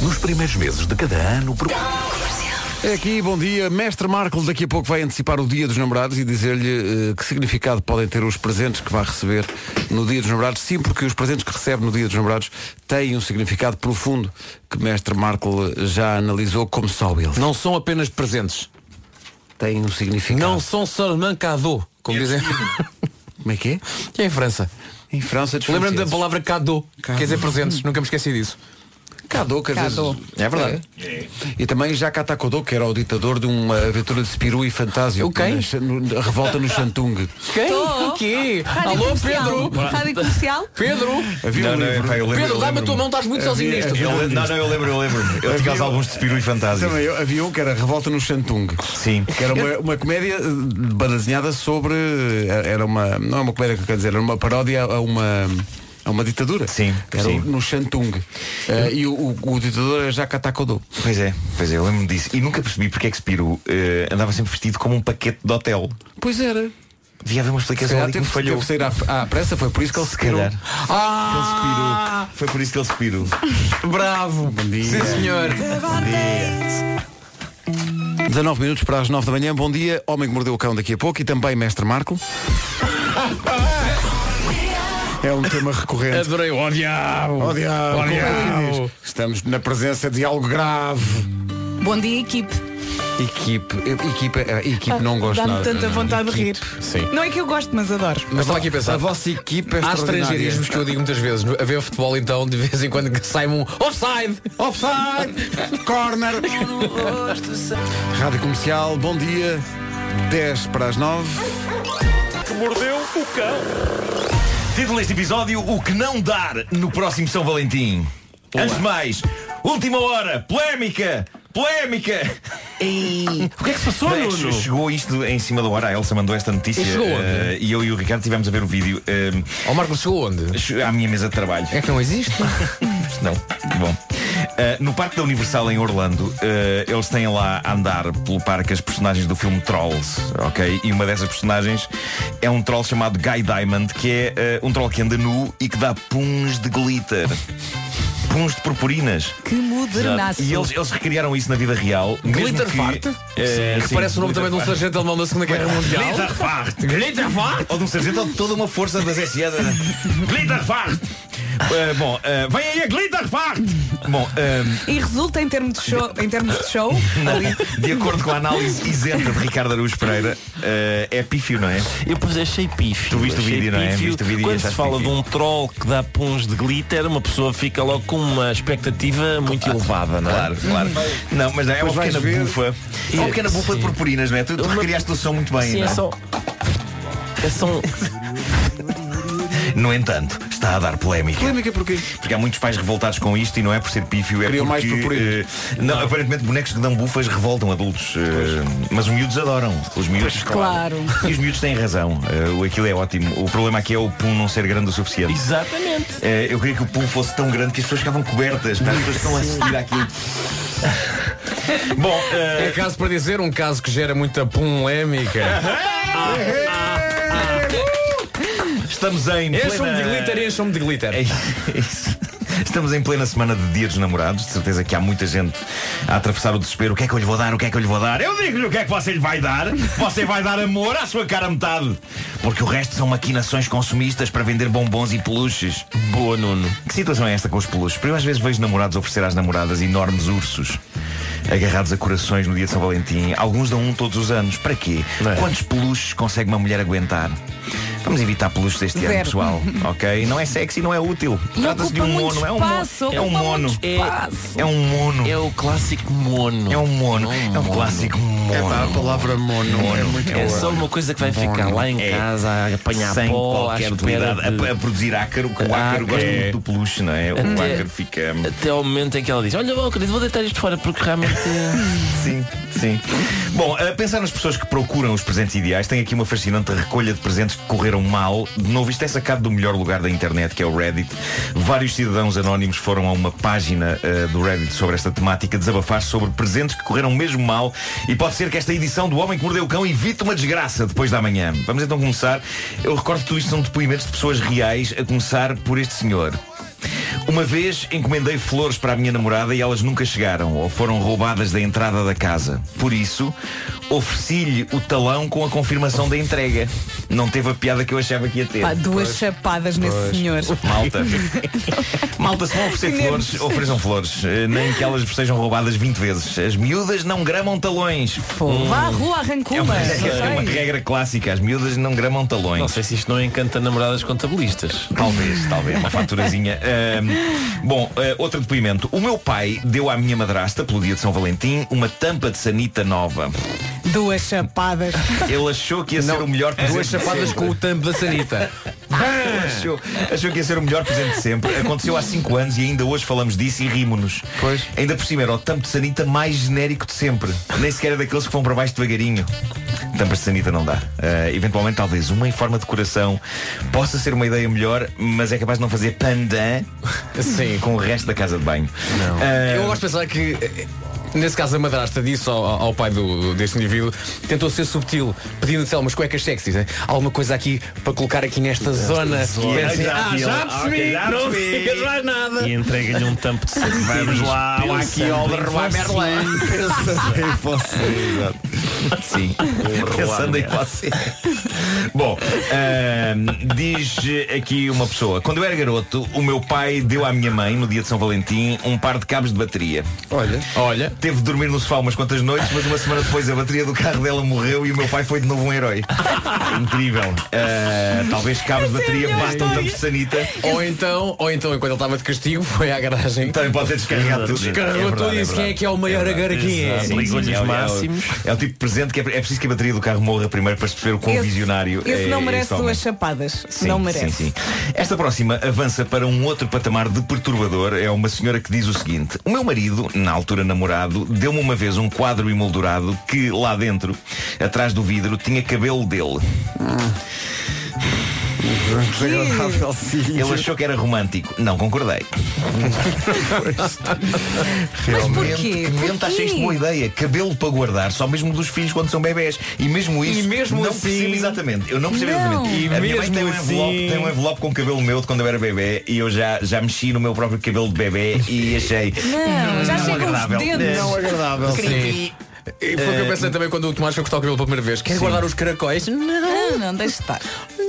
Nos primeiros meses de cada ano. Por...
É aqui, bom dia. Mestre Marco daqui a pouco vai antecipar o Dia dos Namorados e dizer-lhe eh, que significado podem ter os presentes que vai receber no Dia dos Namorados. Sim, porque os presentes que recebe no Dia dos Namorados têm um significado profundo que Mestre Marco já analisou como só ele.
Não são apenas presentes.
Têm um significado.
Não são só mancado, como dizem.
Como é que é?
Que é em França.
Em França, dos
Lembra-me da
franceses.
palavra cadeau, quer dizer presentes, nunca me esqueci disso.
Cadou, quer dizer.
Cadou.
É verdade. E também já Katacodou, que era o ditador de uma aventura de Spirou e Fantásio. O quem? A revolta no Xantung.
Quem? O quê? Rádio
Alô,
comercial.
Pedro?
Rádio comercial?
Pedro?
Havia um livro. eu lembro-
Pedro,
eu
dá-me a
lembro-me.
tua mão, estás muito sozinho
Havia- eu
nisto. Pedro.
lembro- Não, não, eu lembro, eu lembro. Eu tinha os álbuns de Spirou e Fantásia.
Também eu- havia um que era Revolta no Xantung.
Sim.
Que era uma, uma comédia eh, barazinhada sobre. eh, Era uma. Não é uma comédia que eu quero dizer, era uma paródia a uma. a uma ditadura. Sim. Era
sim.
o- no Xantung. Eh, e o, o, o ditador era Jacques Atacodou.
Pois é, pois é, eu lembro-me disso. E nunca percebi porque é que Spirou eh, andava sempre vestido como um paquete de hotel.
Pois era.
Devia haver uma
Se
explicação
calhar
ali que me
teve,
falhou.
teve sair à, à pressa, foi por isso que ele se queirou.
calhar.
Ah!
Foi por isso que ele expirou.
Bravo! Bom dia.
Sim, senhor.
19 minutos para as 9 da manhã. Bom dia, Homem que Mordeu o Cão daqui a pouco e também Mestre Marco. É um tema recorrente.
Adorei. Oh, diabo.
Oh, diabo.
Oh,
Como é que
diabo.
diz? Estamos na presença de algo grave.
Bom dia, equipe.
Equipe, eu- equipe, eh, equipe não gosto
Dá-me
nada.
tanta vontade de rir.
Sim.
Não é que eu gosto, mas adoro.
Mas estava aqui a pensar.
A vossa equipa é
Há
extraordinária.
estrangeirismos que eu digo muitas vezes. No- A ver futebol, então, de vez em quando que sai um offside.
Offside! Corner! Rádio Comercial, bom dia. 10 para as 9.
Que mordeu o cão. Título deste episódio, o que não dar no próximo São Valentim. Antes de mais, última hora, polémica, polémica.
o que é que se passou,
Bem,
Nuno?
Chegou isto em cima da hora, a Elsa mandou esta notícia
E chegou onde?
eh, e eu e o Ricardo tivemos a ver o vídeo. eh,
Ó Marco, chegou onde?
À minha mesa de trabalho.
É que não existe.
Mas Não. Bom. Uh, no Parque da Universal em Orlando, uh, eles têm lá a andar pelo parque as personagens do filme Trolls, ok? E uma dessas personagens é um troll chamado Guy Diamond, que é uh, um troll que anda nu e que dá puns de glitter. Puns de purpurinas.
Que modernaço.
E eles, eles recriaram isso na vida real. mesmo
Glitter
que,
Fart?
É
eh,
que
assim,
sim,
parece o nome
Glitter
também de um
Fart.
sargento alemão da Segunda Guerra Mundial.
Glitterfart.
Glitterfart?
Ou de um sargento ou de toda uma força das SA. Glitterfart! Eh, bom, eh, vem aí a Glitterfart! Bom, ehm,
E resulta em termos de show, em termos de show ali,
de acordo com a análise isenta de Ricardo Araújo Pereira, eh, é pífio, não é?
Eu pois achei pífio.
Tu viste o
Achei
vídeo, não é?
pífio.
Viste o vídeo e
Quando se
achaste
fala de
pífio.
um troll que dá puns de glitter, uma pessoa fica logo com uma expectativa
Assim,
muito elevada, não é?
Claro, claro.
Hum.
Não, mas não, é uma
Pois vais
pequena
ver.
bufa. É uma pequena bufa de purpurinas, não é? Tu, tu recriaste o som muito bem,
Sim,
não
é só. É só.
No entanto, está a dar polémica.
Polémica porquê?
Porque há muitos pais revoltados com isto e não é por ser pífio, é
Criam mais
porque...
purpurinas.
eh, não, aparentemente bonecos que dão bufas revoltam adultos. eh, mas os miúdos adoram. Os miúdos,
claro.
E os miúdos têm razão. Eh, o aquilo é ótimo. O problema aqui é o pum não ser grande o suficiente.
Exatamente.
Eh, eu queria que o pum fosse tão grande que as pessoas ficavam cobertas. pá, As pessoas estão a assistir aquilo. Bom, eh,
É caso para dizer, um caso que gera muita polémica.
estamos em
Encham-me de
plena...
glitter, encham-me de glitter.
É isso. Estamos em plena semana de Dia dos Namorados, de certeza que há muita gente a atravessar o desespero. O que é que eu lhe vou dar? O que é que eu lhe vou dar? Eu digo-lhe o que é que você lhe vai dar. Você vai dar amor à sua cara a metade. Porque o resto são maquinações consumistas para vender bombons e peluches.
Boa, Nuno.
Que situação é esta com os peluches? Porque eu às vezes vejo namorados oferecer às namoradas enormes ursos agarrados a corações no dia de São Valentim. Alguns dão um todos os anos. Para quê? Quantos peluches consegue uma mulher aguentar? Vamos evitar peluches deste ano,
Zero.
pessoal. Ok? Não é sexy, não é útil.
E
Trata-se de
ocupa
um
muito
mono. É um mono.
espaço,
É um
ocupa muito
mono.
espaço.
É um mono.
É o clássico mono.
É um mono. É um clássico mono.
É pá, a palavra mono, é muito
É
boa.
só uma coisa que vai ficar lá em
É.
casa a apanhar
Sem
pó, à
qualquer
espera
utilidade.
de...
A, a produzir ácaro, que o
Ah,
ácaro gosta
é.
muito do peluche, não é? O
Até-
ácaro fica.
Até ao momento em que ela diz, olha, bom, querido, vou deitar isto fora porque realmente...
Sim, sim. Bom, a pensar nas pessoas que procuram os presentes ideais, tem aqui uma fascinante recolha de presentes que correram mal. De novo, isto é sacado do melhor lugar da internet, que é o Reddit. Vários cidadãos anónimos foram a uma página eh, do Reddit sobre esta temática, desabafar sobre presentes que correram mesmo mal. E pode ser que esta edição do Homem que Mordeu o Cão evite uma desgraça depois da manhã. Vamos então começar. Eu recordo que tudo isto são depoimentos de pessoas reais, a começar por este senhor. Uma vez encomendei flores para a minha namorada e elas nunca chegaram ou foram roubadas da entrada da casa. Por isso, ofereci-lhe o talão com a confirmação da entrega. Não teve a piada que eu achava que ia ter.
Pá, duas chapadas nesse senhor.
Malta. Malta, se vão oferecer flores, ofereçam flores. Eh, Nem que elas vos sejam roubadas 20 vezes. As miúdas não gramam talões.
Vá à rua, arranca
É uma,
uma.
é uma regra clássica. As miúdas não gramam talões.
Não sei se isto não encanta namoradas contabilistas.
Talvez, talvez, uma faturazinha. Ahm, Bom, eh, outro depoimento. O meu pai deu à minha madrasta, pelo dia de São Valentim, uma tampa de sanita nova.
Duas chapadas.
Ele achou que ia ser o melhor presente
duas
de
chapadas
sempre.
com o tampo da sanita.
Ele achou, achou que ia ser o melhor presente de sempre. Aconteceu há 5 anos e ainda hoje falamos disso e rimos-nos. Pois. Ainda por cima era o tampo de sanita mais genérico de sempre. Nem sequer é daqueles que vão para baixo devagarinho. Tampas de sanita não dá. Ah, eventualmente, talvez uma em forma de coração possa ser uma ideia melhor, mas é capaz de não fazer pandan com o resto da casa de banho. Ah,
Eu gosto de pensar que eh, Nesse caso a madrasta disse ao, ao- ao pai do, deste indivíduo Tentou ser subtil Pedindo-lhe sei lá, umas cuecas sexys né? Há alguma coisa aqui para colocar aqui nesta zona,
zona.
E é assim,
Exato,
Ah,
e
já
ele,
percebi,
ok, já
não
percebi."
ficas mais nada
E entrega-lhe um tampo de sanita.
Vamos lá,
Pensa
aqui ao
bem
Leroy
você.
Merlin. Pensa bem você, exato. Sim, pensando em você. Bom, ahm, diz aqui uma pessoa Quando eu era garoto, o meu pai deu à minha mãe No dia de São Valentim, um par de cabos de bateria Olha Olha Teve de dormir no sofá umas quantas noites Mas uma semana depois a bateria do carro dela morreu E o meu pai foi de novo um herói Incrível Ah, Talvez cabos de bateria bastam tanto de sanita
Ou então, ou então, enquanto ele estava de castigo, foi à garagem.
Também pode ter descarregado tudo.
Descarregou tudo e disse quem Então, é que é o maior agaraquinho.
Sim, sim, sim, é o- é o- É o tipo de presente que é, é preciso que a bateria do carro morra primeiro para se perceber o quão
Esse-
visionário
Esse
é.
não
este
merece
homem.
duas chapadas.
Sim,
não merece.
Sim, sim. Esta próxima avança para um outro patamar de perturbador. É uma senhora que diz o seguinte: O meu marido, na altura namorado, deu-me uma vez um quadro emoldurado que lá dentro, atrás do vidro, tinha cabelo dele. Ele achou que era romântico. Não concordei.
porquê?
Realmente, Realmente achei isto boa ideia. Cabelo para guardar, só mesmo dos filhos quando são bebés. E mesmo isso,
E mesmo
não
assim-
percebo exatamente. Eu não percebo
Não.
exatamente.
E
a minha mãe
mesmo
tem um, envelope,
assim-
tem um envelope com cabelo meu de quando eu era bebê e eu já, já mexi no meu próprio cabelo de bebê e achei
Não, já chegam os
é agradável.
dedos.
Não agradável.
Então, Sim. E foi o que eu pensei também quando o Tomás foi cortar o cabelo pela primeira vez. Quer guardar os caracóis?
Não, não, deixa estar.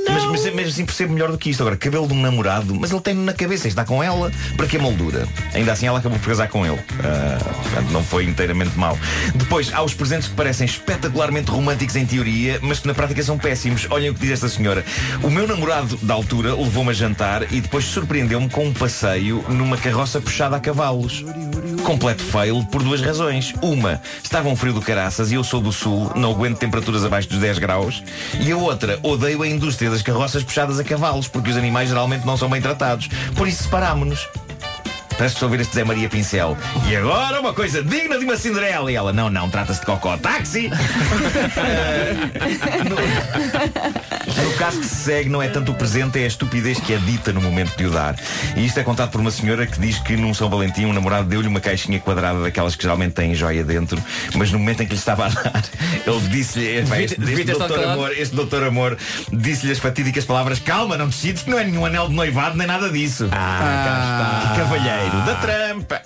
Mas, mas mesmo assim percebo melhor do que isto agora. Cabelo de um namorado, mas ele tem na cabeça, está com ela, para que a moldura? Ainda assim ela acabou por casar com ele. Ah, portanto, não foi inteiramente mau. Depois, há os presentes que parecem espetacularmente românticos em teoria, mas que na prática são péssimos. Olhem o que diz esta senhora. O meu namorado da altura levou-me a jantar e depois surpreendeu-me com um passeio numa carroça puxada a cavalos. Completo fail por duas razões. Uma, estava um frio do caraças e eu sou do sul, não aguento temperaturas abaixo dos 10 graus. E a outra, odeio a indústria das carroças puxadas a cavalos, porque os animais geralmente não são bem tratados. Por isso separámonos. Parece que estou a ouvir este Zé Maria Pincel. E agora uma coisa digna de uma Cinderela. E ela, não, não, trata-se de cocó. Táxi! No caso que se segue, não é tanto o presente, é a estupidez que é dita no momento de o dar. E isto é contado por uma senhora que diz que num São Valentim um namorado deu-lhe uma caixinha quadrada daquelas que geralmente têm joia dentro, mas no momento em que lhe estava a dar, ele disse-lhe, "Epá,
Devia-
este,
devia
este
ter estado
doutor
calado."
amor, este doutor amor, disse-lhe as fatídicas palavras, calma, não decides que não é nenhum anel de noivado nem nada disso. Ah, cá está. Cavalheiro da trampa.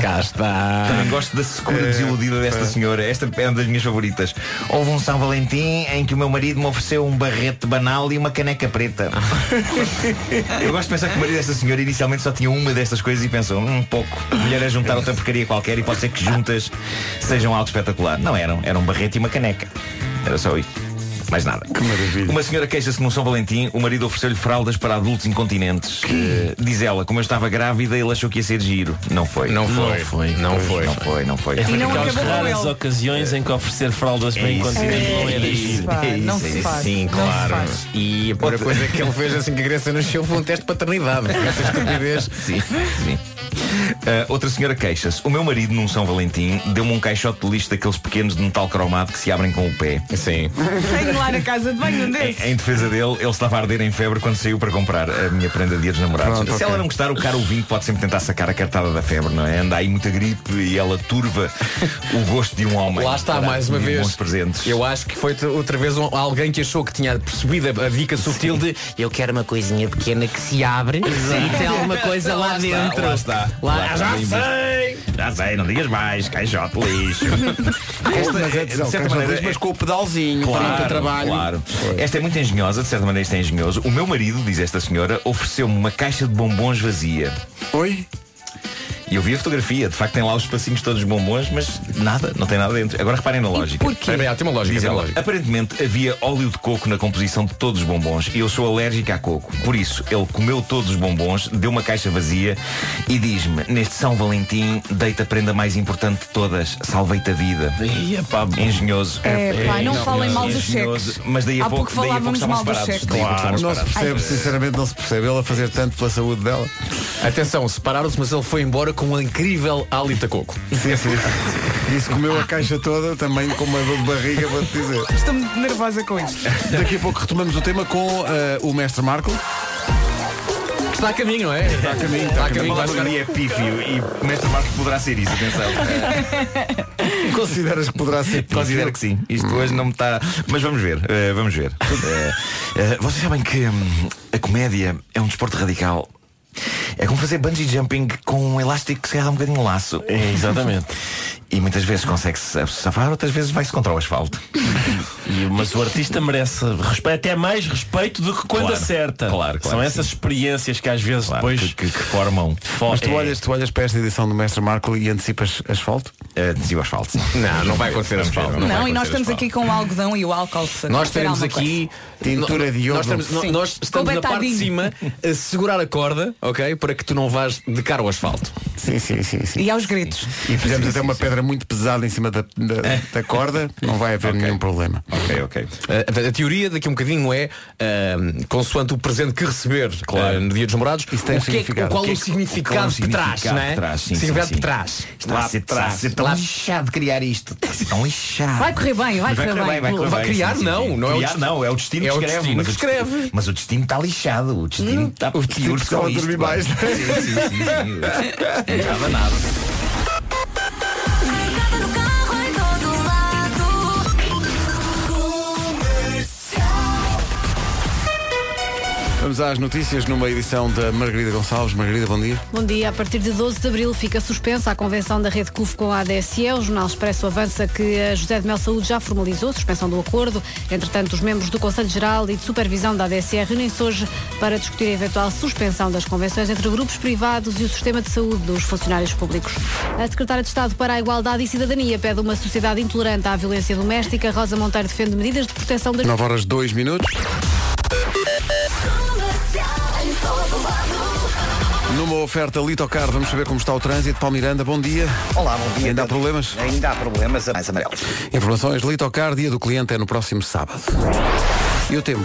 Cá está. Também gosto da secura desiludida desta senhora. Esta é uma das minhas favoritas. Houve um São Valentim em que o meu marido me ofereceu um barrete banal e uma caneca preta. Eu gosto de pensar que o marido desta senhora inicialmente só tinha uma destas coisas e pensou, um pouco. Melhor é juntar outra porcaria qualquer e pode ser que juntas sejam algo espetacular. Não eram, era um barrete e uma caneca. Era só isso. Mais nada. Que maravilha. Uma senhora queixa-se que num São Valentim o marido ofereceu-lhe fraldas para adultos incontinentes. Eh, diz ela, como eu estava grávida, ele achou que ia ser giro. Não foi.
Não foi. Não
Pois,
foi.
Não foi, não É foi.
É
Foi
daquelas
daquelas
raras ocasiões em que oferecer fraldas
É
para incontinentes não era isso.
não se faz. Sim, claro.
E a primeira
é
coisa que ele fez assim que a criança nasceu foi um teste de paternidade. Essa estupidez.
Sim, sim. Ah, outra senhora queixa-se. O meu marido, num São Valentim, deu-me um caixote de lixo daqueles pequenos de metal cromado que se abrem com o pé. Sim.
Tenho lá na casa de banho um desses.
Em, em defesa dele, ele estava a arder em febre quando saiu para comprar a minha prenda de dia dos namorados.
Pronto,
Se
ok.
ela não gostar, o cara ouvinte pode sempre tentar sacar a cartada da febre, não é? Anda aí muita gripe e ela turva o gosto de um homem.
Lá está,
Para
mais uma
adquirir
vez.
bons presentes.
Eu acho que foi outra- outra vez um- alguém que achou que tinha percebido a, a dica sutil de eu quero uma coisinha pequena que se abre e tem alguma coisa lá,
está,
dentro.
Lá está.
Lá-
Lá
Ah,
está
já
limpo.
sei!
Já sei, não digas mais, caixote de lixo. Esta,
Mas é,
de
dizer,
certa
caixote de
maneira,
lixo, mas
com o pedalzinho
para ir para o trabalho.
Claro. Esta é muito engenhosa, de certa maneira isto é engenhoso. O meu marido, diz esta senhora, ofereceu-me uma caixa de bombons vazia. Oi? E eu vi a fotografia, de facto tem lá os espacinhos todos bombons, mas nada, não tem nada dentro. Agora reparem na lógica.
porquê? Espera aí, tem uma lógica,
Diz
tem uma
ela,
lógica.
Aparentemente havia óleo de coco na composição de todos os bombons e eu sou alérgico a coco. Por isso, ele comeu todos os bombons, deu uma caixa vazia e diz-me, neste São Valentim, deita a prenda mais importante de todas, salvei-te a vida. Engenhoso.
É, pá, não falem mal dos
engenhoso,
cheques.
Mas daí a
Há
pouco,
pouco
daí a
falávamos
pouco estavam
mal dos
separados.
cheques.
Daí a pouco estavam
não se
separados.
percebe, sinceramente não se percebe ela fazer tanto pela saúde dela.
Atenção, separaram-se, mas ele foi embora com um incrível hálito a coco.
Sim, sim. E se comeu a caixa toda, também com uma dor de barriga, vou-te dizer.
Estou muito nervosa com isto.
Daqui a pouco retomamos o tema com eh, o mestre Marco.
Está a caminho, não é? Está a caminho,
Está a caminho, vai é pífio e Mestre Marcos poderá ser isso, atenção.
Consideras que poderá ser pífio?
Considero que sim. Isto hoje não me está. Mas vamos ver, eh, vamos ver. Eh, eh, vocês sabem que hum, a comédia é um desporto radical. É como fazer bungee jumping com um elástico que se agarra um bocadinho laço.
É, exatamente.
E muitas vezes consegue-se safar, outras vezes vai-se contra o asfalto.
E, mas o artista merece respeito, até mais respeito do que quando
Claro,
acerta.
claro, claro
São
que
essas experiências que às vezes depois
que, que- que formam.
Mas tu olhas, tu olhas para esta edição do mestre Marco e antecipas asfalto?
Antecipo eh, asfalto,
Não, não vai acontecer asfalto.
Não, e nós estamos aqui com o algodão e o álcool. se
Nós
acontecer
teremos
alguma
aqui
Tintura de
Nós,
iodo.
estamos- no-
Sim.
nós estamos na parte de
Completadinho.
cima a segurar a corda, ok? Para que tu não vás de cara ao asfalto.
Sim, sim, sim. sim.
coisa. E aos gritos.
E fizemos até uma pedra muito pesada em cima da, da, da corda, não vai haver nenhum problema.
Ok, ok.
Ah, portanto, a teoria daqui a um bocadinho é ah, consoante o presente que receber ah, no dia dos namorados
tem
o que é, que-
significado.
qual
O que
o
é que-
significado
qual o
que traz
significado
não é?
que traz, sim,
significado
sim,
que
sim.
traz
Está a ser, está a ser tão
Lá-
lixado criar isto. Está a ser tão lixado.
Vai correr bem, vai
Mas
correr bem.
vai correr
Vai
bem,
criar,
sim, sim,
não,
sim.
não é o
Criar,
dest-
não, é o destino
é
que
o
escreve.
destino
mas
que
o destino-
escreve. Hum,
Mas o destino está lixado. O destino está
o destino
pior
precisava
com isto,
dormir
pá.
mais,
né?
Sim,
não é?
sim, sim, sim. O destino Não dava nada.
Vamos às notícias numa edição da Margarida Gonçalves. Margarida, bom dia.
Bom dia. A partir de 12 de abril fica suspensa a convenção da Rede CUF com a ADSE. O Jornal Expresso avança que a José de Mel Saúde já formalizou a suspensão do acordo. Entretanto, os membros do Conselho Geral e de Supervisão da ADSE reúnem-se hoje para discutir a eventual suspensão das convenções entre grupos privados e o sistema de saúde dos funcionários públicos. A Secretária de Estado para a Igualdade e Cidadania pede uma sociedade intolerante à violência doméstica. Rosa Monteiro defende medidas de proteção das
9 horas 2 minutos. Numa oferta Litocar, vamos saber como está o trânsito. Paulo Miranda, bom dia.
Olá, bom dia.
Ainda há
Pedro.
problemas?
Ainda há problemas a mais amarelos.
Informações Litocar, dia do cliente é no próximo sábado. E o tempo?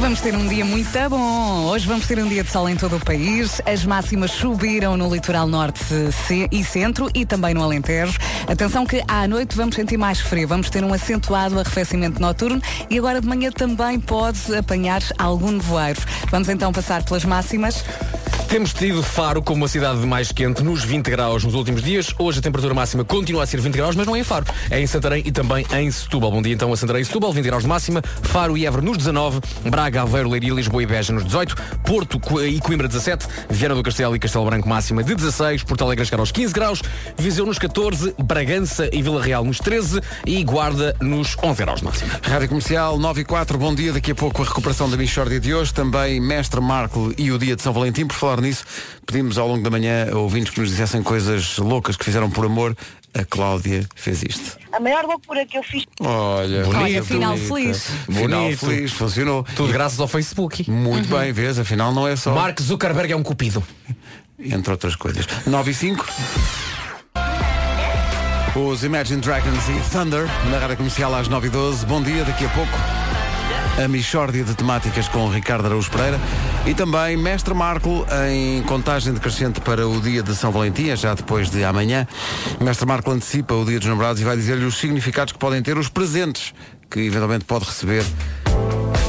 Vamos ter um dia muito bom. Hoje vamos ter um dia de sol em todo o país. As máximas subiram no litoral norte ce- e centro e também no Alentejo. Atenção que à noite vamos sentir mais frio. Vamos ter um acentuado arrefecimento noturno e agora de manhã também pode apanhar algum nevoeiro. Vamos então passar pelas máximas.
Temos tido Faro como uma cidade mais quente nos 20 graus nos últimos dias. Hoje a temperatura máxima continua a ser 20 graus, mas não é em Faro. É em Santarém e também em Setúbal. Bom dia então a Santarém e Setúbal, 20 graus de máxima. Faro e Évora nos 19. Braga, Aveiro, Leiria, Lisboa e Beja nos 18. Porto Co- e Coimbra 17. Vieira do Castelo e Castelo Branco máxima de 16. Porto Alegre a chegar aos 15 graus. Viseu nos 14. Bragança e Vila Real nos 13. E Guarda nos 11 graus de máxima.
Rádio Comercial 9 e 4, bom dia. Daqui a pouco a recuperação da Michórdia de hoje. Também Mestre Marco e o Dia de São Valentim. Por falar nisso, pedimos ao longo da manhã a ouvintes que nos dissessem coisas loucas que fizeram por amor. A Cláudia fez isto.
A maior loucura que eu fiz
Olha,
Bonito.
bonita,
final
bonita.
feliz.
Final
Bonito.
feliz, funcionou.
Tudo graças ao Facebook.
Muito bem, vês, afinal não é só.
Mark Zuckerberg é um cupido.
Entre outras coisas. 9 e 5. Os Imagine Dragons e Thunder, na rádio comercial às 9 e 12 Bom dia, daqui a pouco. A Michórdia de Temáticas com o Ricardo Araújo Pereira e também Mestre Marco em contagem decrescente para o dia de São Valentim, é já depois de amanhã. Mestre Marco antecipa o dia dos namorados e vai dizer-lhe os significados que podem ter os presentes que eventualmente pode receber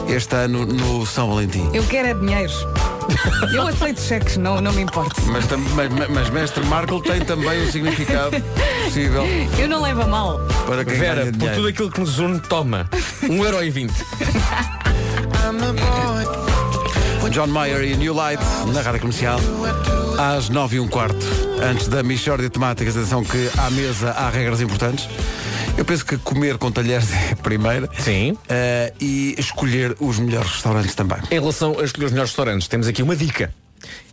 este ano no São Valentim.
Eu quero é dinheiro. Eu aceito cheques, não, não me importo.
Mas, tam- mas- mas- mas Mestre Marco tem também um significado possível
Eu não levo a mal.
para quem
Vera,
ganha
por
dinheiro.
tudo aquilo que nos une, toma. 1,20€.
John Mayer e New Light na rádio comercial às 9 e um quarto. Antes da Michórdia de Temáticas, atenção que à mesa há regras importantes. Eu penso que comer com talheres é a primeira.
Sim.
Eh, e escolher os melhores restaurantes também.
Em relação a escolher os melhores restaurantes, temos aqui uma dica.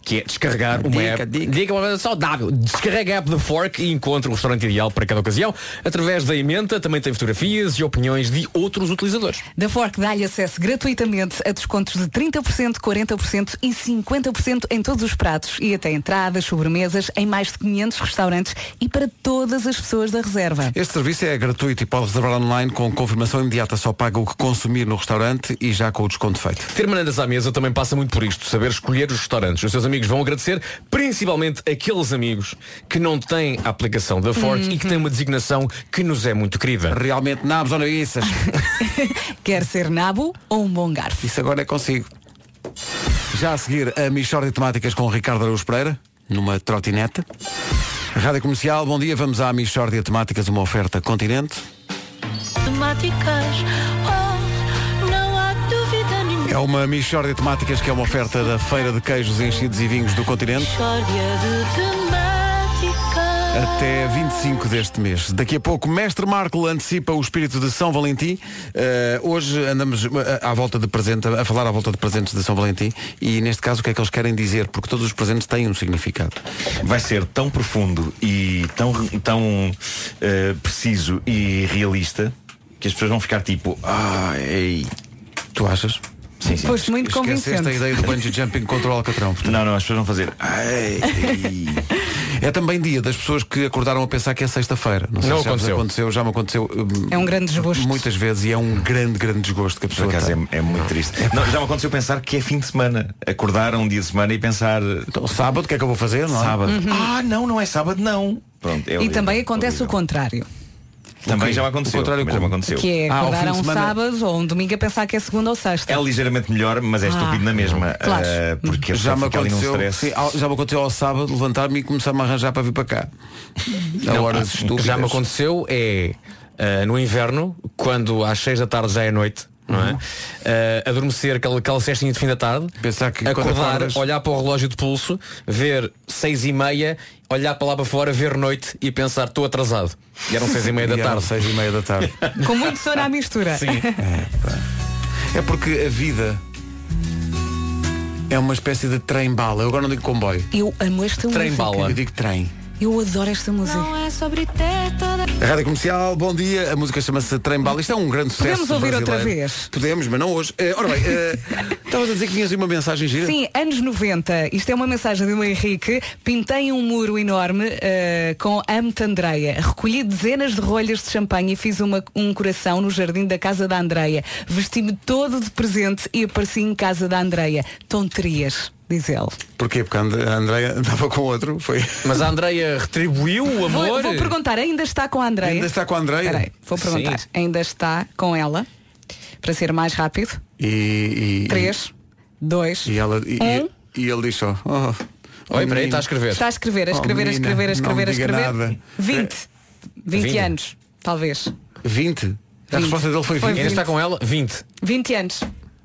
que é descarregar uma app. Diga uma coisa saudável. Descarrega a app da Fork e encontra o restaurante ideal para cada ocasião. Através da emenda também tem fotografias e opiniões de outros utilizadores.
Da Fork dá-lhe acesso gratuitamente a descontos de 30%, 40% e 50% em todos os pratos e até entradas, sobremesas em mais de 500 restaurantes e para todas as pessoas da reserva.
Este serviço é gratuito e pode reservar online com confirmação imediata. Só paga o que consumir no restaurante e já com o desconto feito.
Ter manandas à mesa também passa muito por isto, saber escolher os restaurantes. Os seus amigos vão agradecer, principalmente aqueles amigos que não têm a aplicação da Fork e que têm uma designação que nos é muito querida.
Realmente nabos ou naíças.
Quer ser nabo ou um bom garfo?
Isso agora é consigo. Já a seguir, a Michórdia de Temáticas com o Ricardo Araújo Pereira, numa trotineta. Rádio Comercial, bom dia, vamos à Michórdia de Temáticas, uma oferta continente.
Temáticas, oh, não há dúvida nenhuma.
É uma Michórdia de Temáticas que é uma oferta da Feira de Queijos Enchidos e Vinhos do Continente.
Michórdia de temáticas.
Até 25 deste mês. Daqui a pouco, Mestre Marco antecipa o espírito de São Valentim. Eh, hoje andamos eh, à volta de presente, a falar à volta de presentes de São Valentim e neste caso o que é que eles querem dizer? Porque todos os presentes têm um significado.
Vai ser tão profundo e tão, tão eh, preciso e realista que as pessoas vão ficar tipo, ah, ei.
Tu achas?
Sim, sim.
Foste muito
Esqueceste a
convincente.
ideia do bungee jumping contra o Alcatrão.
Não, não, as pessoas vão fazer. Ai,
É também dia das pessoas que acordaram a pensar que é sexta-feira. Não, sei
Não
se já vos
aconteceu.
aconteceu. Já me aconteceu. hum,
É um grande desgosto.
Muitas vezes e é um grande, grande desgosto que a
Por
pessoa
acaso
tem.
é, é muito triste. Não, já me aconteceu pensar que é fim de semana. Acordar um dia de semana e pensar.
Então, sábado, o que é que eu vou fazer? Não é?
Sábado. Ah, não, não é sábado, não. Pronto,
Uhum.
é
E
horrível,
também acontece
horrível.
o contrário,
Também já me
O
aconteceu.
contrário
também já me
como?
aconteceu.
que é
Ah, ao fim
acordar a
de
um
semana-
sábado ou um domingo a pensar que é segunda ou sexta.
É ligeiramente melhor, mas é estúpido
Ah.
na mesma.
Claro.
ah, porque a
Já
pessoa
me,
fica ali num
aconteceu,
stress.
sim, ao- já me aconteceu ao sábado levantar-me e começar-me a arranjar para vir para cá. A
Não,
horas
ah,
estúpidas.
Já me aconteceu é ah, no inverno, quando às 6 da tarde já é noite, não
Uhum.
é? Ah, adormecer aquela, aquela cestinha de fim da tarde,
Pensar que quando
acordar,
acordas-
olhar para o relógio de pulso, ver 6 e meia, olhar para lá para fora, ver noite e pensar estou atrasado. E eram 6 e meia da
E eram
tarde.
Seis e meia da tarde.
Com muito sono à mistura.
Sim.
É porque a vida é uma espécie de trem-bala. Eu agora não digo comboio.
Eu amo esta música.
Trem-bala.
Eu digo trem.
Eu adoro esta música.
Não é sobre ter toda.
A Rádio Comercial, bom dia. A música chama-se Trembala. Isto é um grande sucesso.
Podemos ouvir outra
brasileiro.
vez?
Podemos, mas não hoje. Eh, ora bem, eh, estavas a dizer que vinhas aí uma mensagem gira?
Sim, anos 90. Isto é uma mensagem do Henrique. Pintei um muro enorme eh, com Amo-te Andreia. Recolhi dezenas de rolhas de champanhe e fiz uma- um coração no jardim da casa da Andreia. Vesti-me todo de presente e apareci em casa da Andreia. Tonterias, diz ele.
Porquê? Porque a And- a Andréia andava com outro. Foi.
Mas a Andreia retribuiu o
Vou,
amor.
vou perguntar, ainda está com a Andreia?
Ainda está com a
Espera
Andréia.
aí, vou perguntar.
Sim.
Ainda está com ela? Para ser mais rápido.
E, e, e-
3, 2,
E, ela, e,
Um.
e, e ele disse, ó. Oh,
Oi, peraí, está
escrever.
a escrever.
Está a escrever, a
Oh,
escrever, a
menina,
escrever, a
não
escrever, a
me diga
escrever.
nada.
20. 20,
20.
anos, talvez.
20. A
Vinte.
resposta dele foi
Foi
20.
Ainda está com ela? 20.
20 anos.